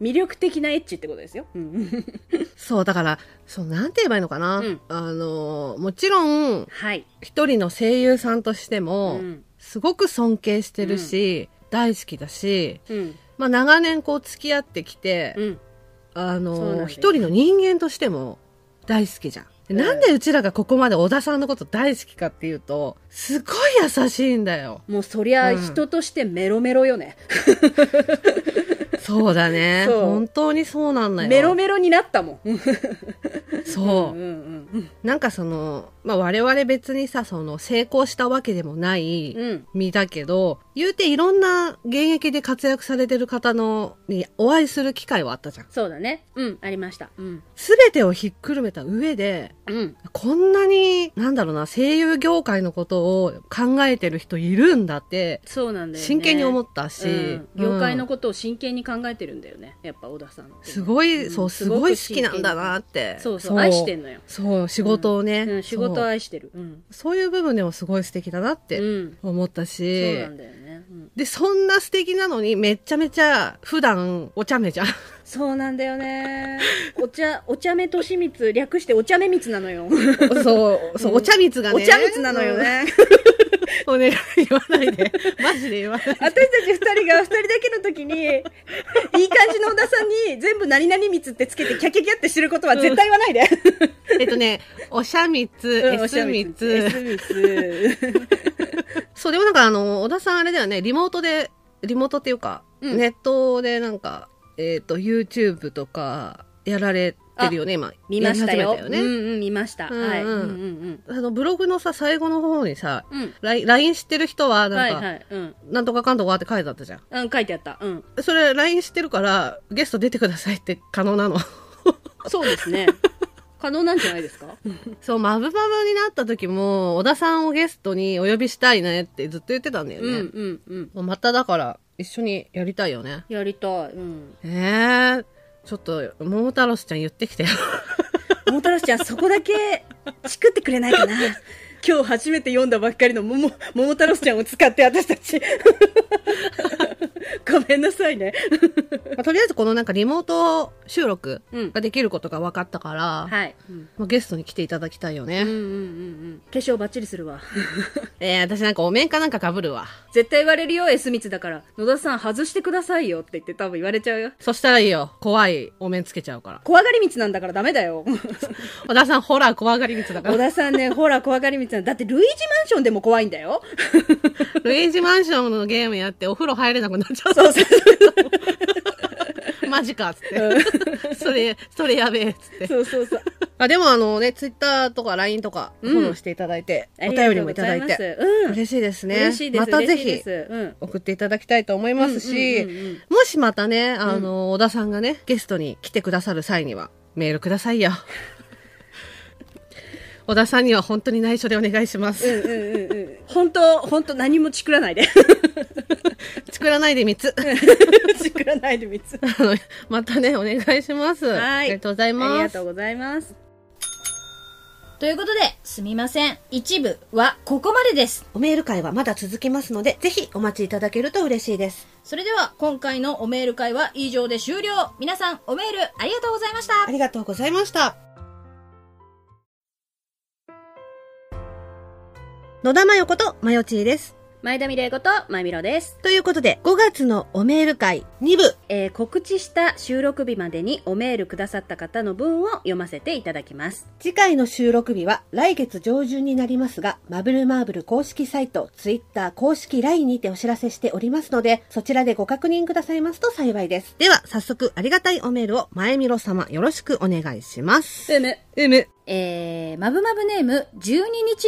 S3: 魅力的なエッチってことですよ。うん
S1: そう、だから、そう、なんて言えばいいのかな。
S3: うん
S1: あの、もちろん、
S3: はい。
S1: 一人の声優さんとしても、
S3: うん
S1: すごく尊敬してるし、大好きだし、
S3: うん。
S1: まあ長年こう付き合ってきて、
S3: うん。
S1: あ
S3: そうなんだ
S1: の、
S3: よ
S1: 一人の人間としても大好きじゃん。でなんでうちらがここまで小田さんのこと大好きかっていうと、すごい優しいんだよ。
S3: もうそりゃ
S1: うん
S3: 人としてメロメロよね。
S1: そうだね。
S3: そう
S1: 本当にそうなんだよ。
S3: メロメロになったもん。うん
S1: そう。
S3: うんうん
S1: なんかその、まあ、我々別にさ、その、成功したわけでもない
S3: うん
S1: 身だけど、言うていろんな現役で活躍されてる方の、にお会いする機会はあったじゃん。
S3: そうだね。うん、ありました。うん。
S1: すべてをひっくるめた上で、
S3: うん。
S1: こんなに、なんだろうな、声優業界のことを考えてる人いるんだって、
S3: そうなんだよ、ね。
S1: 真剣に思ったし、
S3: うん業界の
S1: うん
S3: ことを真剣に考えてるんだよね。やっぱ小田さんってね。
S1: すごい、そう、
S3: ん
S1: すごい好きなんだなっ。
S3: ってそうそう、愛してんのよ。
S1: そう、仕事をね。
S3: うん、仕事
S1: そ
S3: を
S1: う
S3: 愛してる。うん。
S1: そういう部分でもすごい素敵だなっ
S3: う
S1: て
S3: ん。
S1: 思った
S3: そ
S1: し、
S3: うなんだよね。うん
S1: で、そんな素敵なのに、めちゃめちゃ、普段、お茶目じゃん。
S3: そうなんだよね。お茶、お茶目としみつ、略してお茶目みつなのよ。
S1: そう、そう、お茶蜜がね。
S3: お茶みつなのよね。
S1: うん。お願い言わないで。 マジで言わない
S3: 私たち二人が二人だけの時に、いい感じの小田さんに全部何々みつってつけてキャキャキャってしてることは絶対言わないで。
S1: えっとね、おしゃ蜜、
S3: うん
S1: えす蜜。
S3: S みつ。
S1: そう、でもなんかあの、小田さんあれだよね、リモートで、リモートっていうか、
S3: うん
S1: ネットでなんか、えっ、と、YouTube とか、やられてるよね、今。
S3: 見ました
S1: や
S3: よ。
S1: り始めたよね。
S3: うんうん、見ました。はい。
S1: うん
S3: う
S1: うんん
S3: うん
S1: あの、ブログのさ、最後の方にさ、
S3: うん。うん。
S1: ライン LINE 知ってる人は、
S3: は
S1: なん
S3: い
S1: か、
S3: はい。うん。
S1: なんとかかんとかって書いてあったじゃん。
S3: うん、書いてあった。うん。
S1: それ LINE してるからゲスト出てくださいって可能なの
S3: そうです ね。可能なんじゃないですか
S1: そうマブマブになった時も小田さんをゲストにお呼びしたいねってずっと言ってたんだよ
S3: う
S1: ね
S3: ん、うんうん。
S1: まただから一緒にやりたいよね
S3: やりたい。うん。
S1: ええちょっと桃太郎ちゃん言ってき てよ
S3: 桃太郎ちゃん、そこだけ、チクってくれないかな。今日 初めて読んだばっかりの桃、桃太郎ちゃんを使って私たち、
S7: ごめんなさいね。
S1: まあとりあえずこのなんかリモート収録
S7: うん。
S1: ができることが分かったから、
S7: はい。うん
S1: まあ、ゲストに来ていただきたいよね。
S7: うんうんうん。化粧バッチリするわ。
S1: えー、私なんかお面かなんか被るわ。
S7: 絶対言われるよ、S 密だから。野田さん外してくださいよって言って多分言われちゃうよ。
S1: そしたらいいよ。怖いお面つけちゃうから。
S7: 怖がり道なんだからダメだよ。
S1: 小田さん、ホラー怖がり道だか
S7: 野
S1: ら。
S7: 田さんね、ほら怖がり道なんだ。だってルイージマンションでも怖いんだよ。
S1: ルイージマンションのゲームやってお風呂入れなくなっちゃう。
S7: そうそう
S1: マジかっつって。それ、それやべえっつって。
S7: そうそうそう。
S1: あ、でもあのね、ツイッターとか LINE とかフォローしていただいて、
S7: あ
S1: お
S7: りが
S1: 便
S7: と
S1: り
S7: う
S1: も
S7: ご
S1: いただ
S7: ざ
S1: い
S7: ま
S1: て。
S7: す。うん。
S1: 嬉しいですね。
S7: 嬉しいです。
S1: またぜ
S7: 嬉しいで
S1: ひ
S7: す。うん。
S1: 送っていただきたいと思いますし、
S7: うんうんうんうん
S1: もしまたね、あの、小田さんがね、ゲストに来てくださる際には、メールくださ いよ。小田さんには本当に内緒でお願いします。
S7: うんうんうんうん。本当、本当何もチクらないで。
S1: 作らないで3つ。
S7: チクらないで三つ。
S1: あの またね、お願いします。
S7: はい
S1: ありがとうござい
S7: あり
S1: ま
S7: が
S1: す
S7: とう。ございます。
S3: ということで、すみません。一部はここまでです。
S8: おメール会はまだ続きますので、ぜひお待ちいただけると嬉しいです。
S3: それでは、今回のおメール会は以上で終了。皆さん、おメールありがとうございました。
S8: ありがとうございました。野田真代こと、まよちーです。
S7: 前田美玲子と、まみろです。
S8: ということで、5月のおメール会2部、
S7: えー告知した収録日までにおメールくださった方の文を読ませていただきます。
S8: 次回の収録日は来月上旬になりますが、マブルマーブル公式サイト、ツイッター公式 LINE にてお知らせしておりますので、そちらでご確認くださいますと幸いです。
S1: では、早速、ありがたいおメールを、前みろ様、よろしくお願いします。
S7: うむ。
S1: うむ。
S3: えー、まぶまぶネーム、12日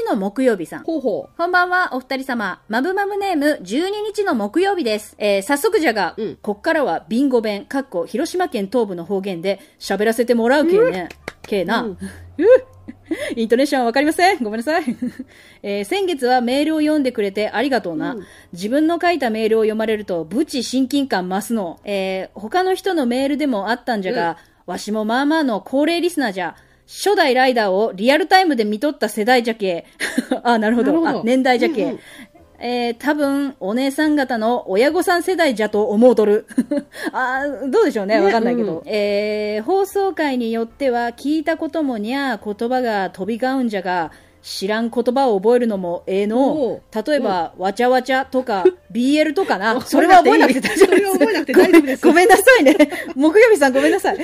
S3: の木曜日さん。
S1: ほうほ
S3: こんばんは、お二人様。まぶまぶネーム、12日の木曜日です。えー、早速じゃが、
S1: うん
S3: こっからはビンゴ弁、かっこ、広島県東部の方言で喋らせてもらうけね。けえな。 イントネーションわかりません。ごめんなさい。 えー先月はメールを読んでくれてありがとうな。自分の書いたメールを読まれると、無知親近感増すの。えー他の人のメールでもあったんじゃが、わしもまあまあの高齢リスナーじゃ。初代ライダーをリアルタイムで見とった世代じゃけ。 あ、なるほ
S1: な
S3: ど。
S1: るほど
S3: あ年代じゃけ。えー多分、お姉さん方の親御さん世代じゃと思うとる。 あーどうでしょうね。わかんないけど。えー放送回によっては、聞いたこともにゃー言葉が飛び交うんじゃが、知らん言葉を覚えるのもええの
S1: お
S3: う。例えば、わちゃわちゃと か、BL とかな。それは覚えなくて大丈夫
S1: そ
S3: です。
S1: れは覚えなくて大丈夫です
S3: ごめんごめんなさいね。木曜日さんごめんなさい。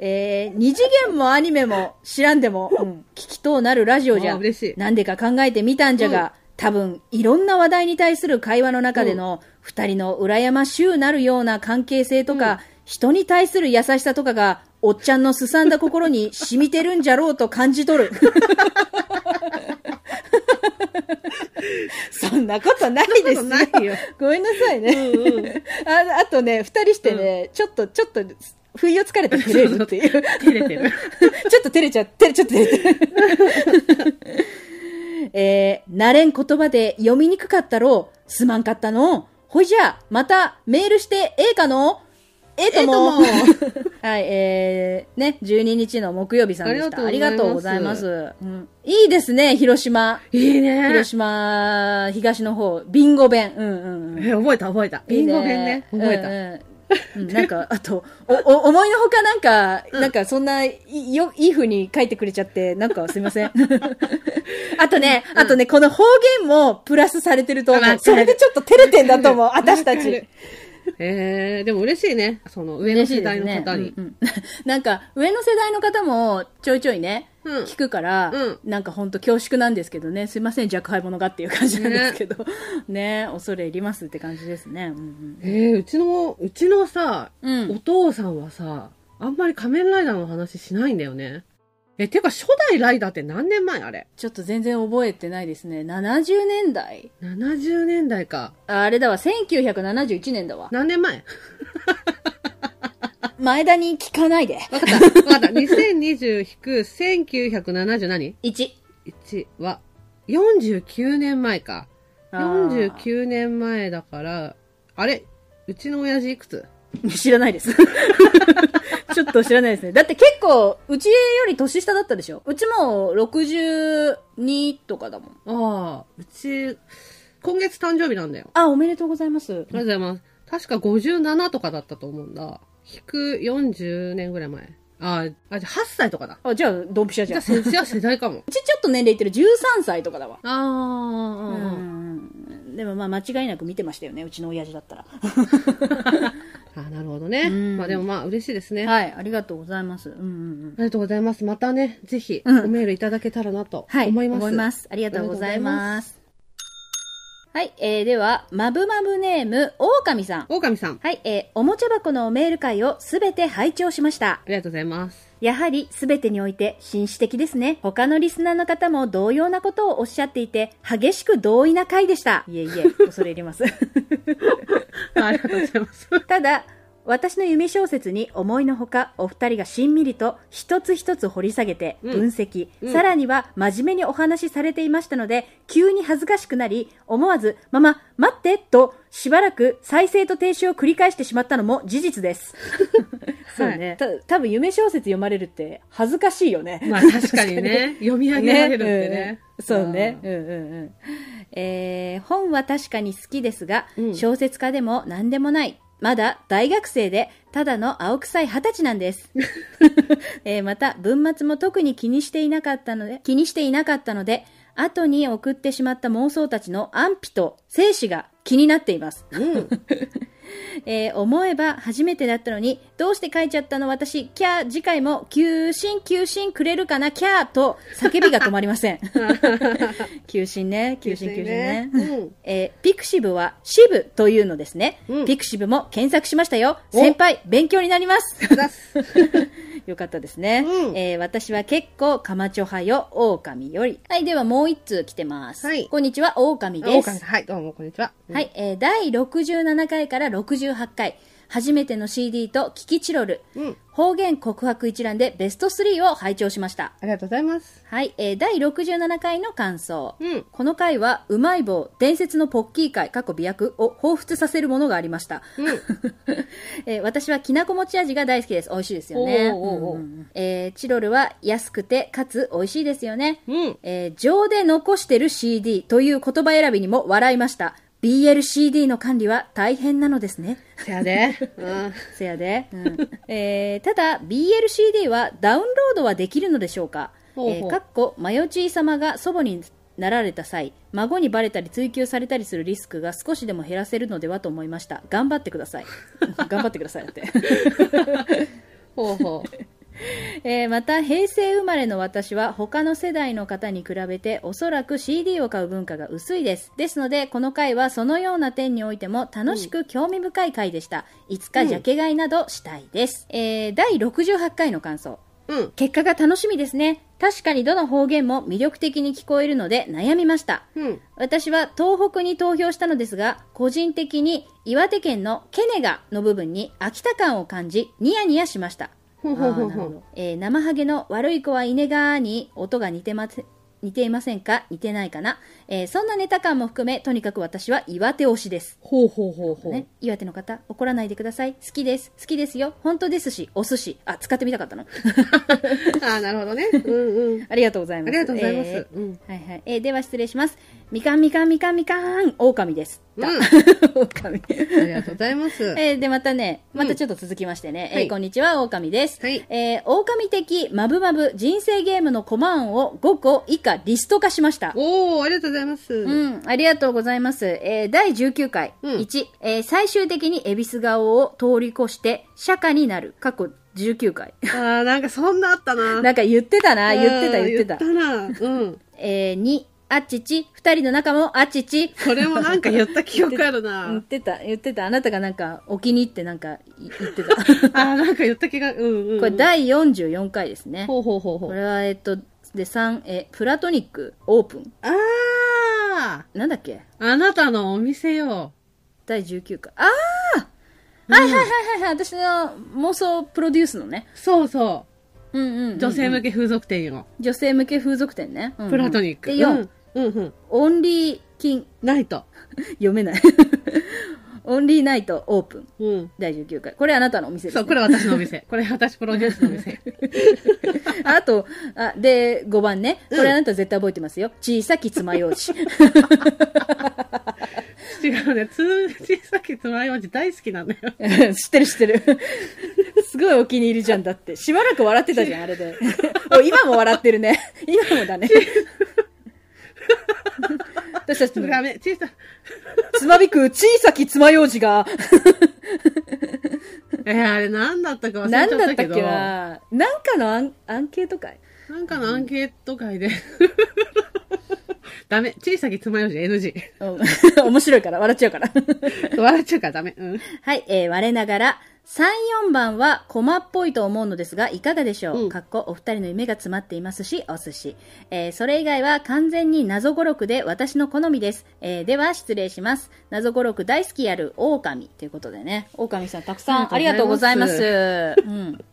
S3: えー二次元もアニメも知らんでも、うん聞きとうなるラジオじ
S1: あ
S3: ゃ
S1: ー。嬉しい
S3: なんでか考えてみたんじゃが、多分、いろんな話題に対する会話の中での、二人の羨ましゅうなるような関係性とか、人に対する優しさとかが、おっちゃんのすさんだ心に染みてるんじゃろうと感じ 取る。そんなことないですよ。
S1: そんなことないよ
S3: ごめんなさいね。ああとね、二人してね、ちょっと、ちょっと、不意をつかれて照れるっていう。
S1: う。照れてる。
S3: ちょっと照れちゃって、ちょっと照れてる。えー、慣れん言葉で読みにくかったろう。すまんかったの。ほいじゃあ、またメールしてええかのええとも。
S1: ええ
S3: はい、えー、ね、12日の木曜日さんでした。
S1: あ
S3: あり
S1: り
S3: が
S1: が
S3: と
S1: と
S3: う
S1: う
S3: ご
S1: ご
S3: ざ
S1: ざ
S3: い
S1: い
S3: ま。
S1: ますす
S3: うん、いいですね、広島。
S1: いいね。
S3: 広島、東の方、ビンゴ弁。うんうんうん。
S1: え、覚えた覚えた。ビンゴ編ね。覚えた。
S3: た。うんなんか、あと、お、お、思いのほかなんか、なんかそんな、い、よ、いい風に書いてくれちゃって、なんかすいま せん。あとね、あとね、この方言もプラスされてると思
S1: わか
S3: う。
S1: る
S3: それでちょっと照れてんだと思う、私たち。
S1: えー、でも嬉しいね。その上の世代の方に。
S3: 嬉しいですねうんうんなんか、上の世代の方もちょいちょいね、
S1: うん
S3: 聞くから、
S1: うん
S3: なんかほんと恐縮なんですけどね、すいません、若輩者がっていう感じなんですけど、ね恐れ入りますって感じですね。うんうん
S1: えー、うちの、うちのさ、
S3: うん
S1: お父さんはさ、あんまり仮面ライダーの話しないんだよね。え、てか初代ライダーって何年前あれ
S3: ちょっと全然覚えてないですね。70年代
S1: ?70 年代か。
S3: ああれだわ、1971年だわ。
S1: 何年前
S3: 前田に聞かないで。
S1: わかった。わか った。2020-1970何
S3: 1。
S1: ?1 は、49年前か。
S3: あー
S1: 49年前だから、あれうちの親父いくつ
S3: 知らないです。 ちょっと知らないですね。だって結構、うちより年下だったでしょうちも62とかだもん。
S1: ああ、うち、今月誕生日なんだよ。
S3: あ、おめでとうございます。。
S1: ありがとうございます。確か57とかだったと思うんだ。引く40年ぐらい前。あ、あ、じゃあ8歳とかだ。
S4: あ、じゃあ、ドンピシャじ
S1: じゃ
S4: ゃん。
S1: あ、
S4: う
S1: せじゃあ世代かも
S3: ちちょっと年齢いってる13歳とかだわ。
S1: あー、
S3: う
S1: うん、
S3: ん。でもまあ間違いなく見てましたよね、うちの親父だったら。
S1: あー、なるほどね。
S3: うん
S1: まあでもまあ嬉しいですね。あ
S3: はい、ありがとうございます。うんうんうん。
S1: りがとうございます。またね、ぜひ、お
S3: うん
S1: メールいただけたらなと
S3: はい、
S1: 思います。
S3: 思います。ありがとうございます。はい、えー、では、まぶまぶネーム、狼さん。
S1: 狼さん、あ
S3: はい、えー、おもちゃ箱のメール会をすべて拝聴しました。
S1: りがとうございます。
S3: やはり全てにおいて紳士的ですね。他のリスナーの方も同様なことをおっしゃっていて、激しく同意な回でした。いえいえ、恐れ入りま す。
S1: ありがとうございます。
S3: ただ、私の夢小説に思いのほかお二人がしんみりと一つ一つ掘り下げて
S1: うん
S3: 分析、
S1: うん
S3: さらには真面目にお話しされていましたので急に恥ずかしくなり思わず「ママ待って!」としばらく再生と停止を繰り返してしまったのも事実です そうね、た多分夢小説読まれるって恥ずかしいよね
S1: まあ確かにね、読み上げられるってね。
S3: そうね。
S1: う
S3: うんんうんうん。えー本は確かに好きですが、
S1: うん
S3: 小説家でも何でもない。まだ大学生で、ただの青臭い二十歳な んです。えーまた、文末も特に気にしていなかったので、気にしていなかったので、後に送ってしまった妄想たちの安否と生死が気になっています。えー思えば初めてだったのに、どうして書いちゃったの私、キャー、次回も、求心、求心くれるかな、キャーと、叫びが止まり ません。 求心ね、求心、求心ね。
S1: うん。
S3: えーピクシブは、シブというのですね。
S1: うん
S3: ピクシブも検索しましたよ。
S1: お
S3: 先輩、勉強になります。
S1: だっす
S3: よかったですね。
S1: うん
S3: えー私は結構、カマチョ派よ、狼より。はい、ではもう一通来てます。
S1: はい
S3: こんにちは、狼
S1: あ狼
S3: です
S1: さん。はい、どうも、こんにちは。
S3: はい、えー第67回から68回、初めての CD とキキチロル、
S1: うん。
S3: 方言告白一覧でベスト3を拝聴しました。
S1: ありがとうございます。
S3: はい、えー第67回の感想。
S1: うん。
S3: この回は、うまい棒、伝説のポッキー会、過去美薬を彷彿させるものがありました。
S1: うん。
S3: えー私はきなこ餅味が大好きです。美味しいですよね。
S1: おうおうおう
S3: うんうんうんえーチロルは安くて、かつ美味しいですよね。
S1: うん。
S3: えー情で残してる CD という言葉選びにも笑いました。BLCD の管理は大変なのですね。
S1: せや で。うん。
S3: せやで。えーただ、BLCD はダウンロードはできるのでしょうか
S1: ほうほう
S3: えーかっこ、マヨチー様が祖母になられた際、孫にバレたり追及されたりするリスクが少しでも減らせるのではと思いました。頑張ってく ださい。頑張ってくださいだって。
S1: ほうほう。
S3: えーまた平成生まれの私は他の世代の方に比べておそらく CD を買う文化が薄いですですのでこの回はそのような点においても楽しく興味深い回でした、いつかジャケ買いなどしたいです、えー第68回の感想
S1: うん。
S3: 結果が楽しみですね確かにどの方言も魅力的に聞こえるので悩みました
S1: うん。
S3: 私は東北に投票したのですが個人的に岩手県のケネガの部分に秋田感を感じニヤニヤしました
S1: ほう
S3: あ
S1: ほうほう
S3: ーな
S1: ほ
S3: るほ
S1: う
S3: ど。えー、生ハゲの悪い子は稲がに音が似てませ似ていませんか似てないかな、えーそんなネタ感も含めとにかく私は岩手推しです、
S1: ほうほうほうほう。
S3: ね、岩手の方怒らないでください好きです好きですよ本当ですしお寿司あ使ってみたかったの
S1: ああ、なるほどね。うんうん。
S3: ありがとうござい
S1: あ
S3: ます
S1: りがとうございま
S3: え
S1: す
S3: ー。
S1: うん。
S3: はいはい。えーでは失礼します。みかんみかんみかんみかん、狼です。
S1: うん。
S3: 狼。
S1: ありがとうございます。
S3: えーで、またね、ま
S1: うん
S3: たちょっと続きましてね、
S1: は
S3: え
S1: い
S3: ーこんにちは、狼です。
S1: はい
S3: えー狼的マブマブ人生ゲームのコマンを5個以下リスト化しました。
S1: おー、ありがとうございます。
S3: う。ん、ありがとうございます。えー第19回、
S1: うん
S3: 1、えー最終的に恵比寿顔を通り越して、釈迦になる。過去19回。
S1: あー、なんかそんなあったな。
S3: なんか言ってたな、言ってた、
S1: うん
S3: 言ってた。
S1: 言ったな。うん。
S3: えー2、あっちち、二人の仲もあっちち。
S1: それもなんか言った記憶ある
S3: 言っ
S1: な。
S3: てた、言ってた。あなたがなんか、お気に入ってなんか言ってた。
S1: あー、なんか言った気が、うんうん。
S3: これ第44回ですね。
S1: ほうほうほうほ
S3: こ
S1: う。
S3: れは、えっと、で、3、え、プラトニックオープン。
S1: ああ
S3: なんだっけ
S1: あなたのお店よ。
S3: 第19回。ああはいはいはいはいはい。私の妄想プロデュースのね。
S1: そうそ
S3: うんうんうんうん
S1: う。女性向け風俗店よ。
S3: 女性向け風俗店ね。うんうん
S1: プラトニック。
S3: で、4、
S1: うんうんうん。
S3: オンリーキン、
S1: ナイト。
S3: 読めない。 オンリーナイトオープン。
S1: うん。
S3: 第19回。これあなたのお店です、
S1: そ
S3: ね。
S1: う、これ私のお店。これ私プロデュースのお 店。
S3: あと、あ、で、5番ね。これあなた絶対覚えてますよ。小さき爪楊枝。
S1: 違うね。つ、小さきつまようじ大好きなんだよ。
S3: 知ってる知ってる。すごいお気に入りじゃんだって。しばらく笑ってたじゃん、あれで。お今も笑ってるね。今もだね。私たちの
S1: ダメ。小さ、
S3: つまびく小さきつまようじが、
S1: えー、あれ何だったか忘れちゃ
S3: なんだ
S1: っ
S3: ったたっ
S1: けど。
S3: けななんかのアンアンケート会
S1: なんかのアンケート会で。 ダメ。小さきつまようじ NG。
S3: うん面白いから、笑っちゃうから。
S1: 笑っちゃうからダメ。うん。
S3: はい、えー、我ながら、3、4番はコマっぽいと思うのですが、いかがでしょう、
S1: うん
S3: かっこお二人の夢が詰まっていますし、お寿司。えー、それ以外は完全に謎語録で私の好みです。えー、では失礼します。謎語録大好きやる狼ということでね。狼さんたくさんあ
S1: あ
S3: り
S1: り
S3: が
S1: がと
S3: とう
S1: う
S3: ご
S1: ご
S3: ざ
S1: ざ
S3: い
S1: い
S3: ま。
S1: ますす
S3: うん。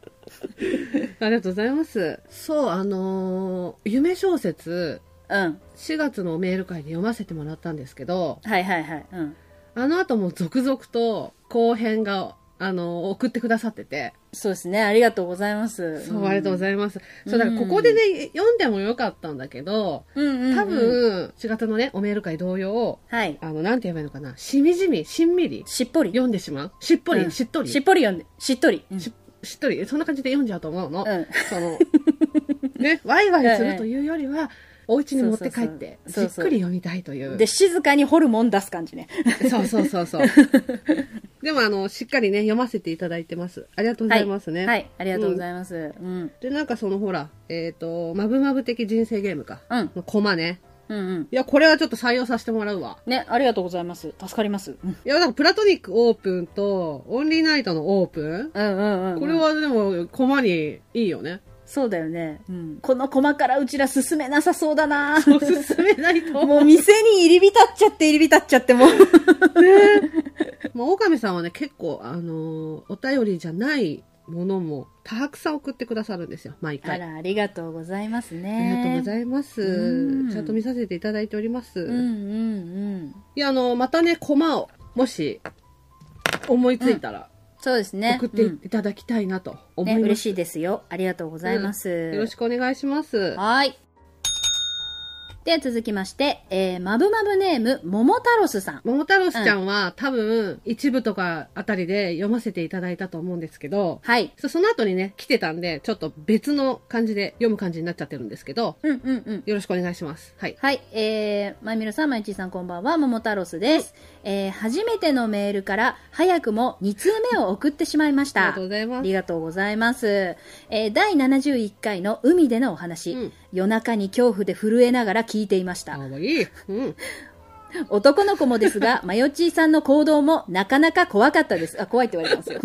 S1: ありがとうございます。そう、あのー夢小説、
S3: うん。
S1: 4月のメール会で読ませてもらったんですけど、
S3: はいはいはい。うん。
S1: あの後も続々と後編が、あのー送ってくださってて、
S3: そうですね。ありがとうございます。
S1: そう、ありがとうご
S3: い
S1: ざいます。
S3: うん
S1: そう、だからここでね、読んでもよかったんだけど、
S3: ます。うんうん、うん。
S1: 多、分、4月のね、おメール会同様、
S3: はい。
S1: あの、なんて言えばいいのかな、しみじみ、しんみり、
S3: しっぽり。
S1: 読んでしまう。しっぽり、
S3: うん
S1: しっとり。
S3: しっぽり読んで。しっとり。うん
S1: ししっとり、そんな感じで読んじゃうと思うの。
S3: うん
S1: そ の、ね、ワイワイするというよりは、お家に持って帰って、じ
S3: そうそうそう
S1: っくり読みたいという。
S3: で、静かにホルモン出す感じね。
S1: そうそうそう そう。でも、あの、しっかりね、読ませていただいてます。ありがとうございますね。
S3: はい、ありがとうございます。うん。
S1: で、なんかその、ほら、えっ、と、まぶまぶ的人生ゲームか。
S3: うん。
S1: のコマね。
S3: うんうん。
S1: いや、これはちょっと採用させてもらうわ。
S3: ね、ありがとうございます。助かります。うん
S1: いや、なんかプラトニックオープンと、オンリーナイトのオープ
S3: うんうんう
S1: ン。
S3: ん。
S1: これ、はでも、コマにいいよね。
S3: そうだよね。うん。この駒からうちら進めなさそうだな
S1: おすすめないと思う。
S3: もう店に入り浸っちゃって入り浸っちゃってもう。
S1: まあ、オオカミさんはね、結構、あのーお便りじゃないものも、たくさん送ってくださるんですよ、毎
S3: あ
S1: 回。あ
S3: ら、ありがとうございます
S1: り
S3: ね。
S1: がとうございます。
S3: うん
S1: ちゃんと見させていただいております。
S3: うんうんうん。
S1: いや、あのーまたね、コマを、もし、思いついたら、
S3: そうですね。
S1: 送って
S3: うん
S1: いただきたいなと思いま
S3: ね、
S1: す。
S3: 嬉しいですよ。ありがとうございます。
S1: よろしくお願いします。
S3: はい。では続きまして、えー、まぶまぶネーム、ももたろすさん。
S1: 桃太郎ちゃんは、多分、一部とかあたりで読ませていただいたと思うんですけど、
S3: はい。
S1: そその後にね、来てたんで、ちょっと別の感じで読む感じになっちゃってるんですけど、
S3: うんうんうん。
S1: よろしくお願いします。はい。
S3: はい、えー、まみろさん、まゆちーさん、こんばんは、ももたろすです。えー、初めてのメールから、早くも2通目を送ってしまいまし
S1: あり
S3: た。
S1: がとうござい
S3: あ
S1: ます
S3: り。がとうございます。えー、第71回の海でのお話、
S1: うん
S3: 夜中に恐怖で震えながら聞いていました
S1: あ。もういい。 うん。
S3: 男の子もですが、まよちーさんの行動もなかなか怖かったです。あ、怖いって言われてますよ。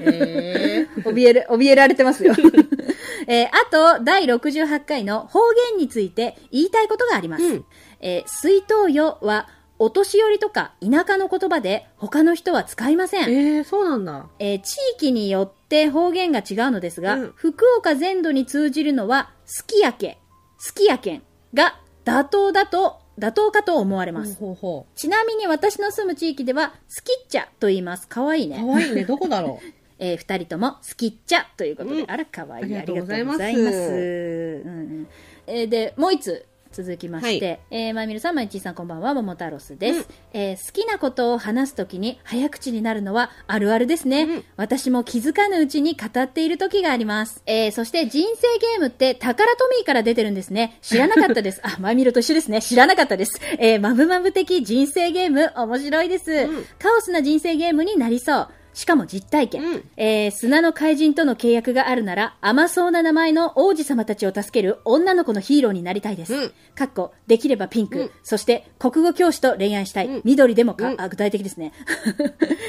S1: え
S3: 怯える、怯えられてますよ。 えーあと、第68回の方言について言いたいことがあります。
S1: うん
S3: えー水筒よは、お年寄りとか田舎の言葉で他の人は使いませ
S1: ー、
S3: ん。え
S1: えー、そうなんだ。
S3: ー地域によって方言が違うのですが、
S1: うん
S3: 福岡全土に通じるのは、すきやけ、すきやけんが妥当だと、妥当かと思われ
S1: ほ
S3: ま
S1: う
S3: す。
S1: ほうほ。
S3: ちなみに私の住む地域では、すきっちゃと言います。かわいいうね
S1: か。わいいね。どこだろう。
S3: えー、二人とも好きっちゃということで、
S1: うん
S3: あら、かわいい。あ
S1: あ
S3: り
S1: りが
S3: がと
S1: とう
S3: う
S1: ご
S3: ござ
S1: ざ
S3: い
S1: い
S3: ま。
S1: ますす
S3: うんうんえーで、もう一つ続きまして、
S1: は
S3: えー、まゆみるさん、まゆちーさん、こんばんは、ももたろすです、えー好きなことを話すときに早口になるのはあるあるですね。
S1: うん
S3: 私も気づかぬうちに語っている時があります。えー、そして人生ゲームって宝トミーから出てるんですね。知らなかった です。あ、まみろと一緒ですね。知らなかったです。えー、まぶまぶ的人生ゲーム、面白いです、
S1: うん
S3: カオスな人生ゲームになりそう。しかも実体験。
S1: うん
S3: えー砂の怪人との契約があるなら、甘そうな名前の王子様たちを助ける女の子のヒーローになりたいです。
S1: うん
S3: かっこ、できればピンク、
S1: うん
S3: そして国語教師と恋愛したい、
S1: うん
S3: 緑でもか、
S1: うん
S3: あ、具体的ですね。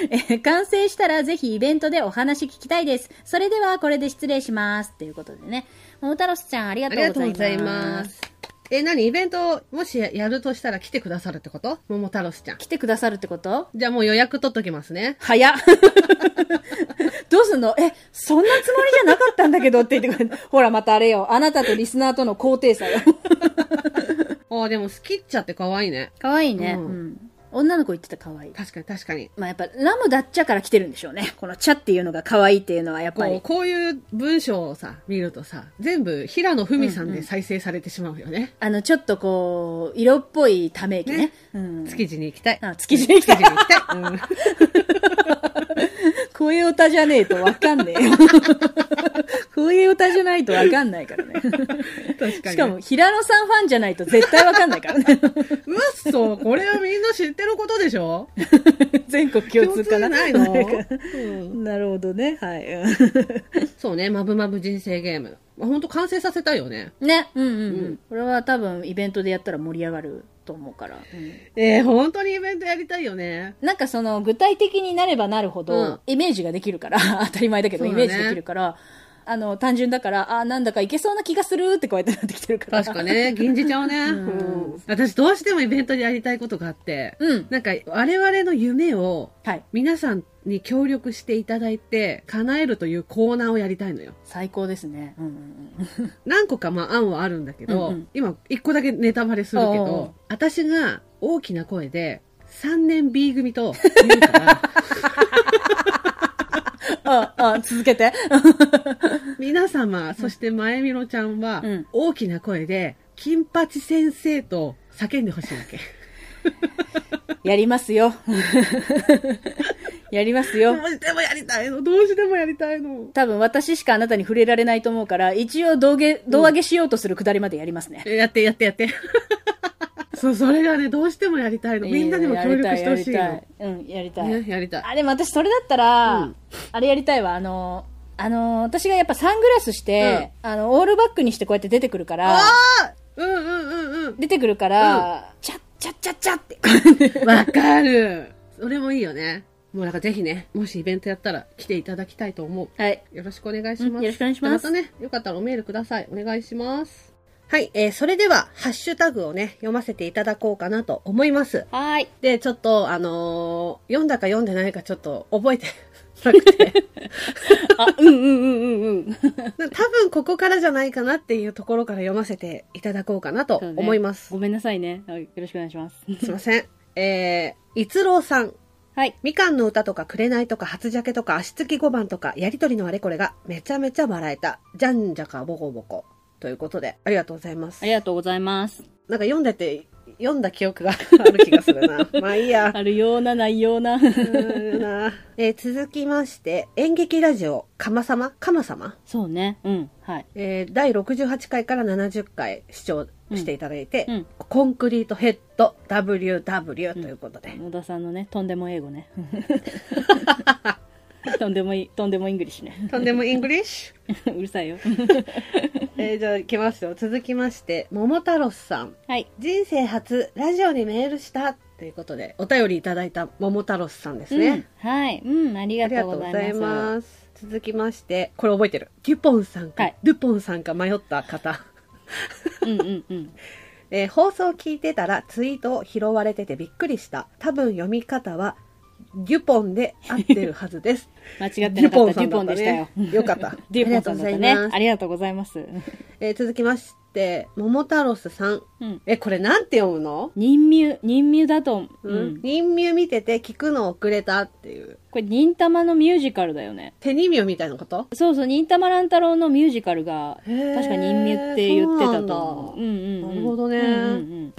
S3: えー完成したらぜひイベントでお話聞きたいです。それではこれで失礼します。ということでね。桃太郎ちゃんありが
S1: あ
S3: と
S1: りが
S3: うございま
S1: とうご
S3: す。
S1: ざいます。え、何イベント、もしやるとしたら来てくださるってこと桃太郎ちゃん。
S3: 来てくださるってこと
S1: じゃあもう予約取っときますね。
S3: 早っ どうすんのえ、そんなつもりじゃなかったんだけどって言ってくる。 ほら、またあれよ。あなたとリスナーとの 高低差よ。
S1: ああ、でも好きっちゃって可愛いね。
S3: かわいいね。う
S1: うん
S3: ん。女の子言ってた可愛い。
S9: 確かに確かに。
S3: まあやっぱラムダッチャから来てるんでしょうね。このチャっていうのが可愛いっていうのはやっぱ
S9: こう
S3: り。
S9: こういう文章をさ、見るとさ、全部平野文さんで再生されてしまうよね。
S3: あの、ちょっとこう、色っぽいため息ね。
S9: ね
S3: うん。
S9: 築地に行きたい。
S3: あ築地に行きたい
S9: 築地に行きたい。 うん
S3: 声オタじゃねえとわかんねえよ。 声オタじゃないとわかんないからね。
S9: 確かに。
S3: しかも、平野さんファンじゃないと絶対わかんないからね。
S9: うっそ、これはみんな知ってることでしょ
S3: 全国共通かな。
S9: 共じゃないの、
S3: なるほどね。はい。
S9: そうね、まぶまぶ人生ゲーム。まあほんと完成させたいよね。
S3: ね。うんうんうん。これは多分イベントでやったら盛り上がると思うから。うん
S9: えー、本当にイベントやりたいよね。
S3: なんかその具体的になればなるほど、
S9: うん
S3: イメージができるから、 当たり前だけど、
S9: そう
S3: イ
S9: だね
S3: メージできるから、あの、単純だから、あーなんだかいけそうな気がするってこうやってなってきてるから。
S9: 確かね、銀じちゃうね。
S3: ん
S9: うん私どうしてもイベントでやりたいことがあって、
S3: うん
S9: なんか我々の夢を
S3: はい。
S9: 皆さんに協力していただいて叶えるというコーナーをやりたいのよ。
S3: 最高ですね。うんうんうん。
S9: 何個かまあ案はあるんだけど、
S3: うんうん
S9: 今一個だけネタバレするけ
S3: おうおう
S9: ど、私が大きな声で3年 B 組と言う から、
S3: あ、あ、続けて。
S9: 皆様、そして前みろちゃんは、
S3: うん
S9: 大きな声で、金八先生と叫んでほしいわけ。
S3: やりますよ。 やります
S9: ど
S3: よ
S9: う。してもやりたいの、どうしてもやりたいの。
S3: 多分私しかあなたに触れられないと思うから、一応胴上げ、胴上げしようとするくだりまでやりますね。
S9: えやって、やって、やって。 そう、それがね、どうしてもやりたいの。みんなにも協力してほしい
S3: やり
S9: の。
S3: たい。うん、やりたい。
S9: ね、やりたい。
S3: あ、でも私それだったら、
S9: うん
S3: あれやりたいわ、あの、あの、私がやっぱサングラスして、あの、オールバックにしてこうやって出てくるから、
S9: うんうんうんうん。
S3: 出てくるから、チャッチャッチャッチャッってこうやって。
S9: わかる。それもいいよね。もうなんかぜひね、もしイベントやったら来ていただきたいと思う。
S3: はい。
S9: よろしくお願いします。
S3: うんよろしくお願いします
S9: またね、よかったらおメールください。お願いします。
S1: はい、えーそれでは、ハッシュタグをね、読ませていただこうかなと思います。
S3: はい。
S1: で、ちょっと、あのー読んだか読んでないかちょっと覚えて なくて、
S3: あ、うんうんうんうん うん。
S1: 多分ここからじゃないかなっていうところから読ませていただこうかなと
S3: そうね
S1: 思います。
S3: ごめんなさいね。はいよろしくお願いします。
S1: すいません。えー、逸郎さん。
S3: はい。
S1: みかんの歌とか、紅とか、初ジャケとか、足つき5番とか、やりとりのあれこれが、めちゃめちゃ笑えた。じゃんじゃかぼこぼこ。ということで、ありがとうございます
S3: あ。りがとうございます。
S1: なんか読んでて、読んだ記憶がある気がする な。まあいいや。
S3: あるような、ないような。
S1: うーんなえー続きまして、演劇ラジオ、かまさまかまさま
S3: そうね。うん。はい。
S1: えー第68回から70回視聴していただいて、
S3: うんうん
S1: コンクリートヘッド WW ということで、
S3: 野田さんのね、とんでも英語ね。とんでもいい、とんでもイングリッシュね。
S1: とんでもイングリッシ
S3: うるさいよ。
S1: ュ、えーじゃあいきますよ続きまして桃太郎さん
S3: はい。
S1: 人生初ラジオにメールしたということでお便りいただいた桃太郎さんですね、
S3: うん。はい。うん、あり
S1: あ
S3: が
S1: り
S3: と
S1: が
S3: う
S1: と
S3: ご
S1: う
S3: ざ
S1: ご
S3: い
S1: ざいま
S3: ます。
S1: す続きましてこれ覚えてるデュポンさんか、
S3: はい
S1: ルポンさんか迷った方
S3: うんうんうん。
S1: えー放送を聞いてたらツイートを拾われててびっくりした。多分読み方は、デュポンで合ってるはずです。
S3: 間違ってなかった。デ
S1: さ
S3: ュ
S1: んだ
S3: ポ
S1: っ
S3: ン
S1: ね
S3: でしたよ。
S1: よかった。
S3: デュポンさんだったね
S1: ありがとうござい。ま
S3: あ
S1: す
S3: りがとうございます。
S1: えー続きまして、桃太郎さん。
S3: うん。
S1: え、これなんて読むの
S3: 人ミ人ミだと、う
S1: うん
S3: ん。。
S1: 人ミュ見てて聞くの遅れたっていう。
S3: これ、忍たまのミュージカルだよね。
S1: 手にみみたいなこと
S3: そうそう、忍たま乱太郎のミュージカルが、
S1: へー
S3: 確か忍ミュって言ってたと思
S1: そ
S3: う。
S1: うなんだ
S3: んうんうん。
S1: なるほどね
S3: うんうん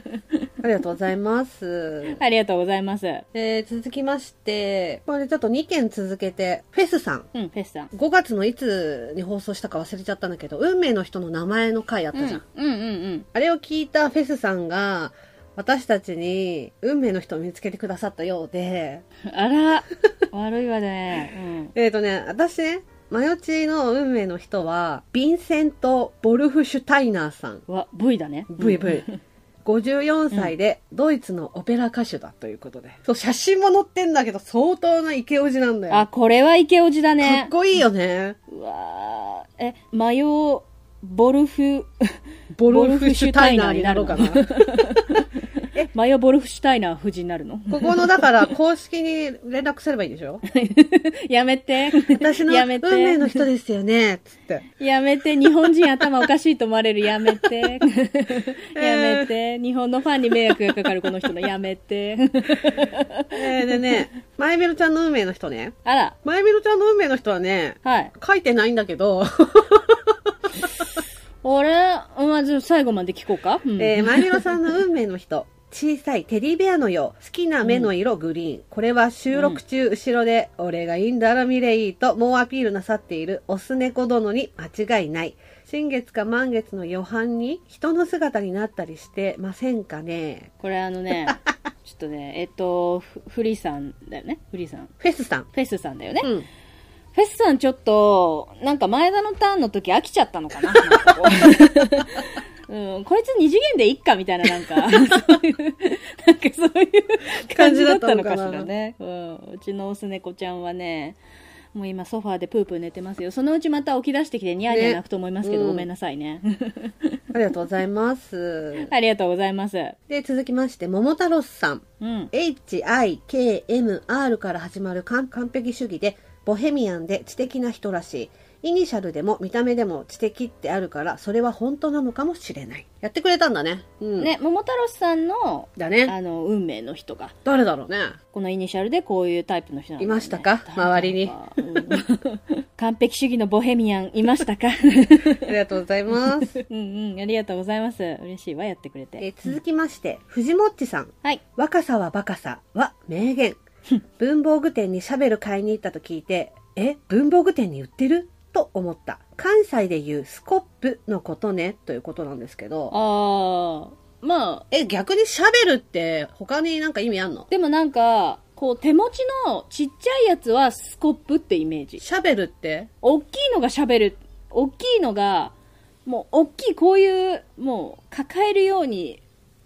S1: ありがとうございま
S3: う
S1: す
S3: ん。。ありがとうございます。う
S1: えー続きまして、これちょっと2件続けて、フェスさん。
S3: ん、フェスさん。
S1: 5月のいつに放送したか忘れちゃったんだけど、運命の人の名前の回あったじゃん。
S3: うんうんうん。
S1: あれを聞いたフェスさんが、私たちに運命の人を見つけてくださったようで、
S3: あら、悪い わね。
S1: えっ、ー、とね、私ね、マヨチーの運命の人は、ヴィンセント・ボルフシュタイナーさん、
S3: うん。わ、V だね。
S1: VV。54歳で、ドイツのオペラ歌手だということで。そう、写真も載ってんだけど、相当なイケオジなんだよ。
S3: あ、これはイケオジだ
S1: かっ
S3: ね。
S1: こいいよね。
S3: うわーえ、マヨ、ボルフ、
S1: ボルフシュタイナーになろうかな。
S3: マヤ・ボルフシュタイナー夫人になるの
S10: ここの、だから、公式に連絡すればいいんでしょ
S3: やめて。
S1: 私の
S3: やめて
S1: 運命の人ですよね、つって。
S3: やめて、日本人頭おかしいと思われる、やめて。 やめて、日本のファンに迷惑がかかるこの人の、やめて。
S10: えー、でね、マイベロちゃんの運命の人ね。
S3: あら、
S10: マイベロちゃんの運命の人はね、
S3: はい。
S10: 書いてないんだけど、
S3: 俺、まず最後まで聞こうか。うん
S1: えー、マイメロさんの運命の人。小さいテディベアのよう。好きな目の色グリーン。これは収録中、後ろで、俺がいいんだろ、ミレイと猛アピールなさっているオス猫殿に間違いない。新月か満月の余半に人の姿になったりしてませんかね
S3: これあの ね、ちょっとね、えっと、フフリーさんだよね。フリーさん。
S1: フェスさん。
S3: フェスさんだよね。
S1: うん。
S3: フェスさんちょっと、なんか前田のターンの時飽きちゃったの かななんかこううん、こいつ二次元でいっかみたいな、なん か、そういう、なんかそういう感じだったのかしらね。うん、うちのオス猫ちゃんはね、もう今ソファーでプープー寝てますよ。そのうちまた起き出してきてニヤニヤ泣くと思いますけど、
S1: ねうん
S3: ごめんなさいね。
S1: ありがとうございます。
S3: ありがとうございます。
S1: で、続きまして、桃太郎さん。
S3: うん。
S1: HIKMR から始まる完完璧主義でボヘミアンで知的な人らしいイニシャルでも見た目でも知的ってあるからそれは本当なのかもしれないやってくれたんだねうん
S3: ね、桃太郎さんの、
S1: だね
S3: あの、運命の人が、
S1: 誰だろうね
S3: このイニシャルでこういうタイプの人なの、ね、
S1: いましたか周りに
S3: 誰だろうかうん 完璧主義のボヘミアンいましたか
S1: ありがとうございます
S3: うんうんありがとうございます嬉しいわやってくれ
S1: え
S3: て
S1: ー続きまして藤もっちさん
S3: はい
S1: 若さはバカさは名言。文房具店にシャベル買いに行ったと聞いて、え、文房具店に売ってると思った。関西で言うスコップのことね、ということなんですけ
S3: あ
S1: ど。
S3: ーまあ
S1: え、逆にシャベルって他になんか意味あんの
S3: でもなんかこう手持ちのちっちゃいやつはスコップってイメージ
S1: シャベルって
S3: 大きいのがしゃべる大きいのがもう大きいこういうもう抱えるように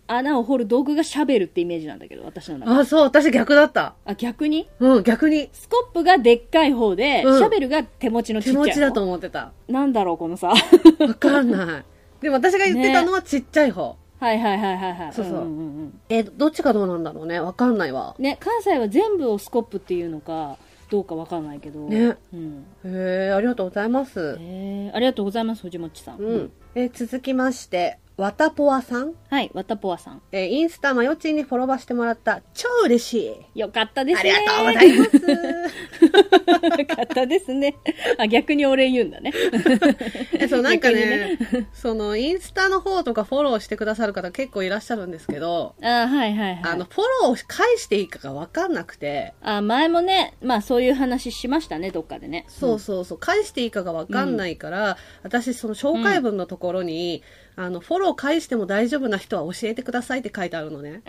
S3: 穴を掘る道具がしゃべるってイメージなんだけど私の中で
S1: あ、そう、私逆だった。
S3: あ逆に
S1: うん、逆に。
S3: スコップがでっかい方で、
S1: うん
S3: シャベルが手持ちのちっ
S1: 手
S3: ちゃい方
S1: 持ちだと思ってた。
S3: なんだろう、このさ。
S1: わかんない。 でも私が言ってたのはちっちゃい方。
S3: はいはいはいはいはい。
S1: そうそうん
S3: んん
S1: え、どっちがどうなんだろうね。わかんないわ
S3: う。んね、関西は全部をスコップっていうのか、どうかわかんないけど。
S1: ね。
S3: うん。
S1: へえ、ありがとうございます。
S3: えー、ありがとうございます、藤もっちさん。
S1: うん。。え、続きまして、わたぽわさん。
S3: はい、わたぽわさん。
S1: えーインスタマヨチンにフォロワーしてもらった超嬉しい。
S3: よかったです
S1: あ
S3: ね。
S1: りがとうございます。
S3: よかったですね。あ、逆にお礼言うんだね。
S1: えそう、なんかね、その、インスタの方とかフォローしてくださる方結構いらっしゃるんですけど、
S3: あ、はいはいはい。
S1: あの、フォローを返していいかがわかんなくて、
S3: あ、前もね、まあそういう話しましたね、どっかでね。
S1: そうそうそう、返していいかがわかんないから、私、その紹介文のところに、あの、フォロー返しても大丈夫な人は教えてくださいって書いてあるのね。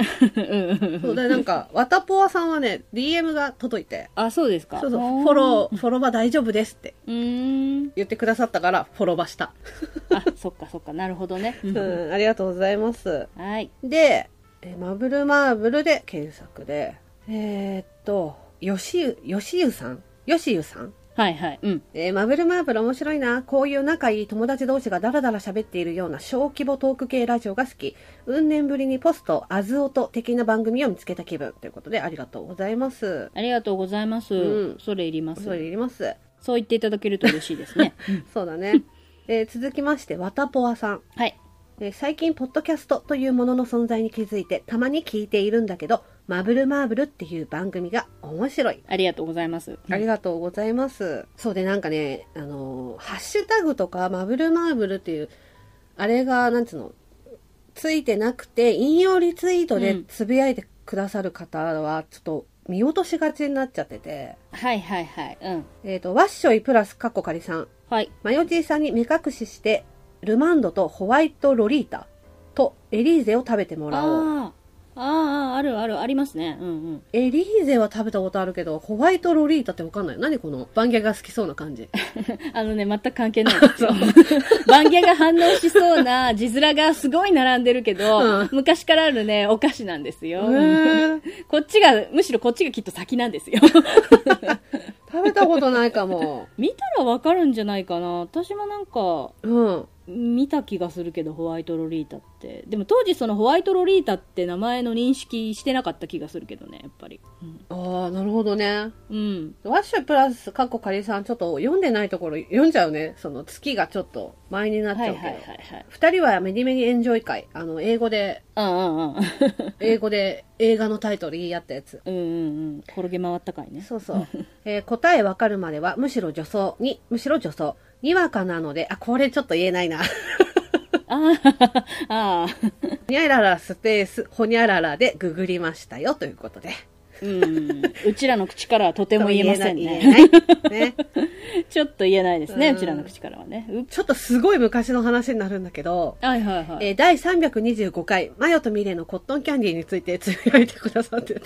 S1: そうで、なんか、わたぽわさんはね、DM が届いて、
S3: あ、そうですか。
S1: そうそう、
S3: あー
S1: フォロー、フォロバ大丈夫ですって
S3: うーん。
S1: 言ってくださったから、フォロバした。
S3: あ、そっかそっか、なるほどね。
S1: うん、ありがとうございます。
S3: はい。
S1: で、えマブルマーブルで検索で、えーっと、よしゆ、よしゆさんよしゆさん
S3: はいはい。うん。
S1: えーマブルマーブル面白いな。こういう仲いい友達同士がダラダラ喋っているような小規模トーク系ラジオが好き。うん年ぶりにポスト、あずおと的な番組を見つけた気分。ということで、ありがとうございます。
S3: ありがとうございます。
S1: うん
S3: それいります。
S1: 恐れ入ります。
S3: そう言っていただけると嬉しいで すね。
S1: そうだね。えー続きまして、わたぽわさん。
S3: はい。
S1: えー最近ポッドキャストというものの存在に気づいてたまに聞いているんだけど「マブルマーブル」っていう番組が面白い。
S3: ありがとうございます。
S1: ありがとうございます。そうでなんかね、あのーハッシュタグとか、マブルマーブルっていう、あれが、なんつうの、ついてなくて、引用リツイート
S3: う
S1: で
S3: ん
S1: つぶやいてくださる方は、ちょっと見落としがちになっちゃってて、
S3: はいはいはい。うん。
S1: えっ、と、ワッショイプラスカッコカリさん、
S3: はい。
S1: マヨチーさんに目隠しして、ルマンドとホワイトロリータとエリーゼを食べてもらおう。
S3: ああ。ああ、あるある、ありますね。うんうん。
S1: エリーゼは食べたことあるけど、ホワイトロリータってわかんない。何この番ギャが好きそうな感じ。
S3: あのね、全く関 係ないです よ。バンギャが反応しそうな字面がすごい並んでるけど、
S1: うん
S3: 昔からあるね、お菓子なんですよ。
S1: へえ
S3: こっちが、むしろこっちがきっと先なんですよ。
S1: 食べたことないかも。
S3: 見たらわかるんじゃないかな。私もなんか、
S1: うん。
S3: 見た気がするけどホワイトロリータってでも当時そのホワイトロリータって名前の認識してなかった気がするけどねやっぱりうん、
S1: ああ、なるほどね。
S3: うん、
S1: ワッシュプラス、過去仮さん、ちょっと読んでないところ読んじゃうね。その月がちょっと前になっち
S3: は
S1: ゃ
S3: いうはい
S1: け
S3: はい
S1: ど。
S3: はい
S1: 二人はメディメディエンジョイ会。あの、英語 で、
S3: うんうんうん
S1: 英語で映画のタイトル言い合ったやつ。
S3: うんうんうん転げ回ったかいね
S1: そう そう。えー答えわかるまでは、むしろ女装に、むしろ女装。にわかなので、あ、これちょっと言えない な。
S3: あー あー
S1: にゃららスペース、ほにゃららでググりましたよ、ということで。
S3: うんうちらの口からはとても言えません
S1: 言え
S3: ね
S1: ない言え ないね。
S3: ちょっと言えないですね
S1: うん
S3: うちらの口からはねう
S1: ちょっとすごい昔の話になるんだけど、
S3: はいはいは
S1: えー第325回、マヨとミレイのコットンキャンディーについてつぶやいてくださって て、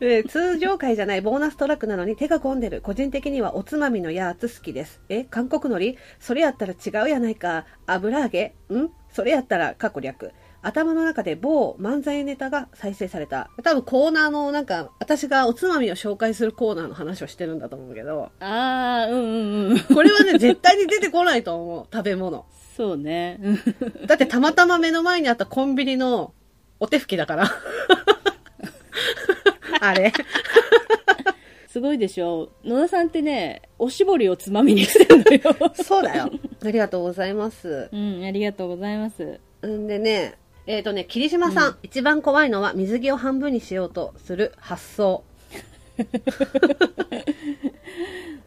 S1: で通常回じゃないボーナストラックなのに手が込んでる。個人的にはおつまみのやつ好きです。え、韓国海苔それやったら違うやないか。油揚げんそれやったら過去略。頭の中で某漫才ネタが再生された。多分コーナーのなんか、私がおつまみを紹介するコーナーの話をしてるんだと思うけど、
S3: ああうんうんうん
S1: これはね、絶対に出てこないと思う。食べ物。
S3: そうね
S1: だってたまたま目の前にあったコンビニのお手拭きだ から。あれ
S3: すごいでしょ野田さんってねおしぼりをつまみにしてるのよ
S1: そうだよ。ありがとうございます。
S3: うんありがとうございます
S1: んでね、えっ、とね、霧島さん,、一番怖いのは水着を半分にしようとする発想。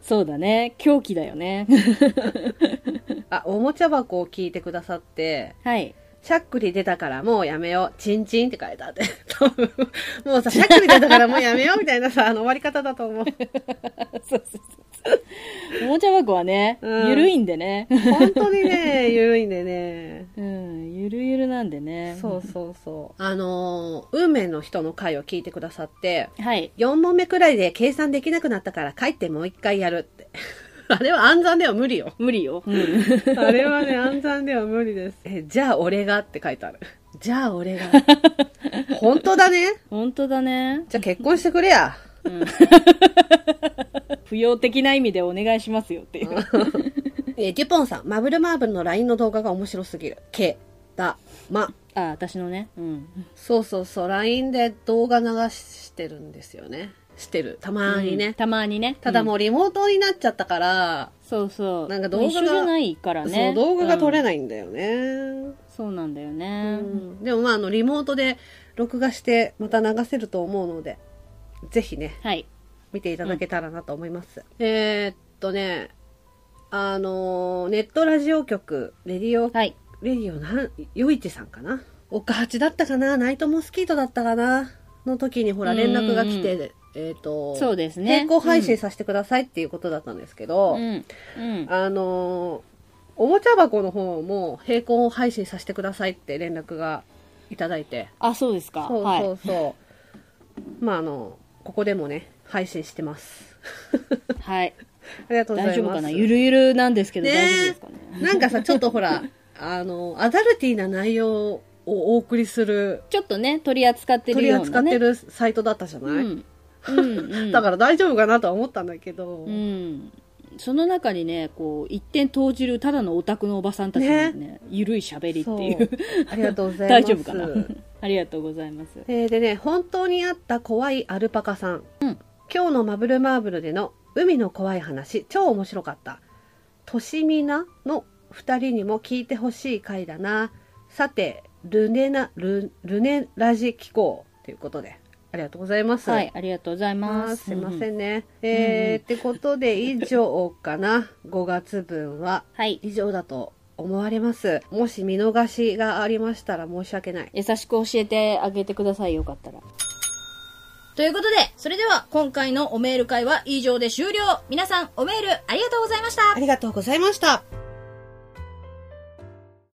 S3: そうだね狂気だよね
S1: あ、おもちゃ箱を聞いてくださって、
S3: はい
S1: しゃっくり出たからもうやめよう。チンチンって書いてあって。 多分もうさ、しゃっくり出たからもうやめようみたいなさ、あの終わり方だと思う。
S3: そうそうそうおもちゃ箱はね、
S1: うん
S3: ゆるいんでね
S1: 本当にね、ゆるいんでね。
S3: うんゆるゆるなんでね
S1: そうそうそう。あのー運命の人の回を聞いてくださって、
S3: はい
S1: 4問目くらいで計算できなくなったから帰ってもう一回やるって。 あれは暗算では無理よ。
S3: 無理よ、うん
S1: あれはね、暗算では無理です。え、じゃあ俺がって書いてある。じゃあ俺が。本当だね。
S3: 本当だね、
S1: じゃあ結婚してくれや。
S3: うん、不要的な意味でお願いしますよっていう
S1: え、デュポンさん、マブルマーブルの LINE の動画が面白すぎる。け、だ、ま。
S3: あ私のねうん
S1: そうそうそう、LINE で動画流してるんですよね。してる。たまにね。
S3: うんたまにね
S1: ただ
S3: うん
S1: もうリモートになっちゃったから、
S3: そうそう
S1: なんか動画が
S3: 一緒じゃないからね
S1: そう動画が撮れ
S3: ない、
S1: ないんだよね、うん
S3: うんそうなんだよね、
S1: でもまああのリモートで録画してまた流せると思うのでぜひね
S3: はい
S1: 見ていただけたらなと思います、えーっとねあのーネットラジオ局レディオ、
S3: はい
S1: レディオなんよいちさんかな岡八だったかなナイトモスキートだったかなの時にほら
S3: うんうんう
S1: 連
S3: ん
S1: 絡が来て、えーっと
S3: そうですね
S1: 並行配信させてくださいっていうことだったんですけど、
S3: うんうん
S1: あのーおもちゃ箱の方も並行配信させてくださいって連絡がいただいて、
S3: あそうですか
S1: そう
S3: はい
S1: そうそう、まああのここでもね配信してます。
S3: はい
S1: ありがとうござ
S3: 大
S1: い
S3: 丈
S1: ます。
S3: 夫かなゆるゆるなんですけど、
S1: ねえ
S3: 大丈夫ですかね
S1: なんかさちょっとほら あのアダルティーな内容をお送りする
S3: ちょっとね取り扱って
S1: 取
S3: る
S1: り
S3: ような、
S1: 扱
S3: ね、
S1: ってるサイトだったじゃない、
S3: うんうん、う ん、
S1: だから大丈夫かなとは思ったんだけど、
S3: うんその中にねこう一点投じるただのオタクのおばさんたちのねゆるい喋りって
S1: そう
S3: いう
S1: ありがとうございま
S3: 大
S1: す。
S3: 丈夫かなありがとうございます
S1: えーでね、本当にあった怖いアルパカさん。
S3: うん
S1: 今日のマブルマーブルでの海の怖い話、超面白かった。としみなの二人にも聞いてほしい回だな。さて、ルネナ、ル、ルネラジ機構ということで、ありがとうございます。
S3: はいありがとうござい
S1: あ
S3: ま
S1: ー
S3: す
S1: すいま
S3: う
S1: せ
S3: ん
S1: んね。えーってことで以上かな。5月分は
S3: はい
S1: 以上だと思われます。もし見逃しがありましたら申し訳ない。
S3: 優しく教えてあげてくださいよかったらということでそれでは今回のおメール会は以上で終了皆さんおメールありがとうございました
S1: ありがとうございました。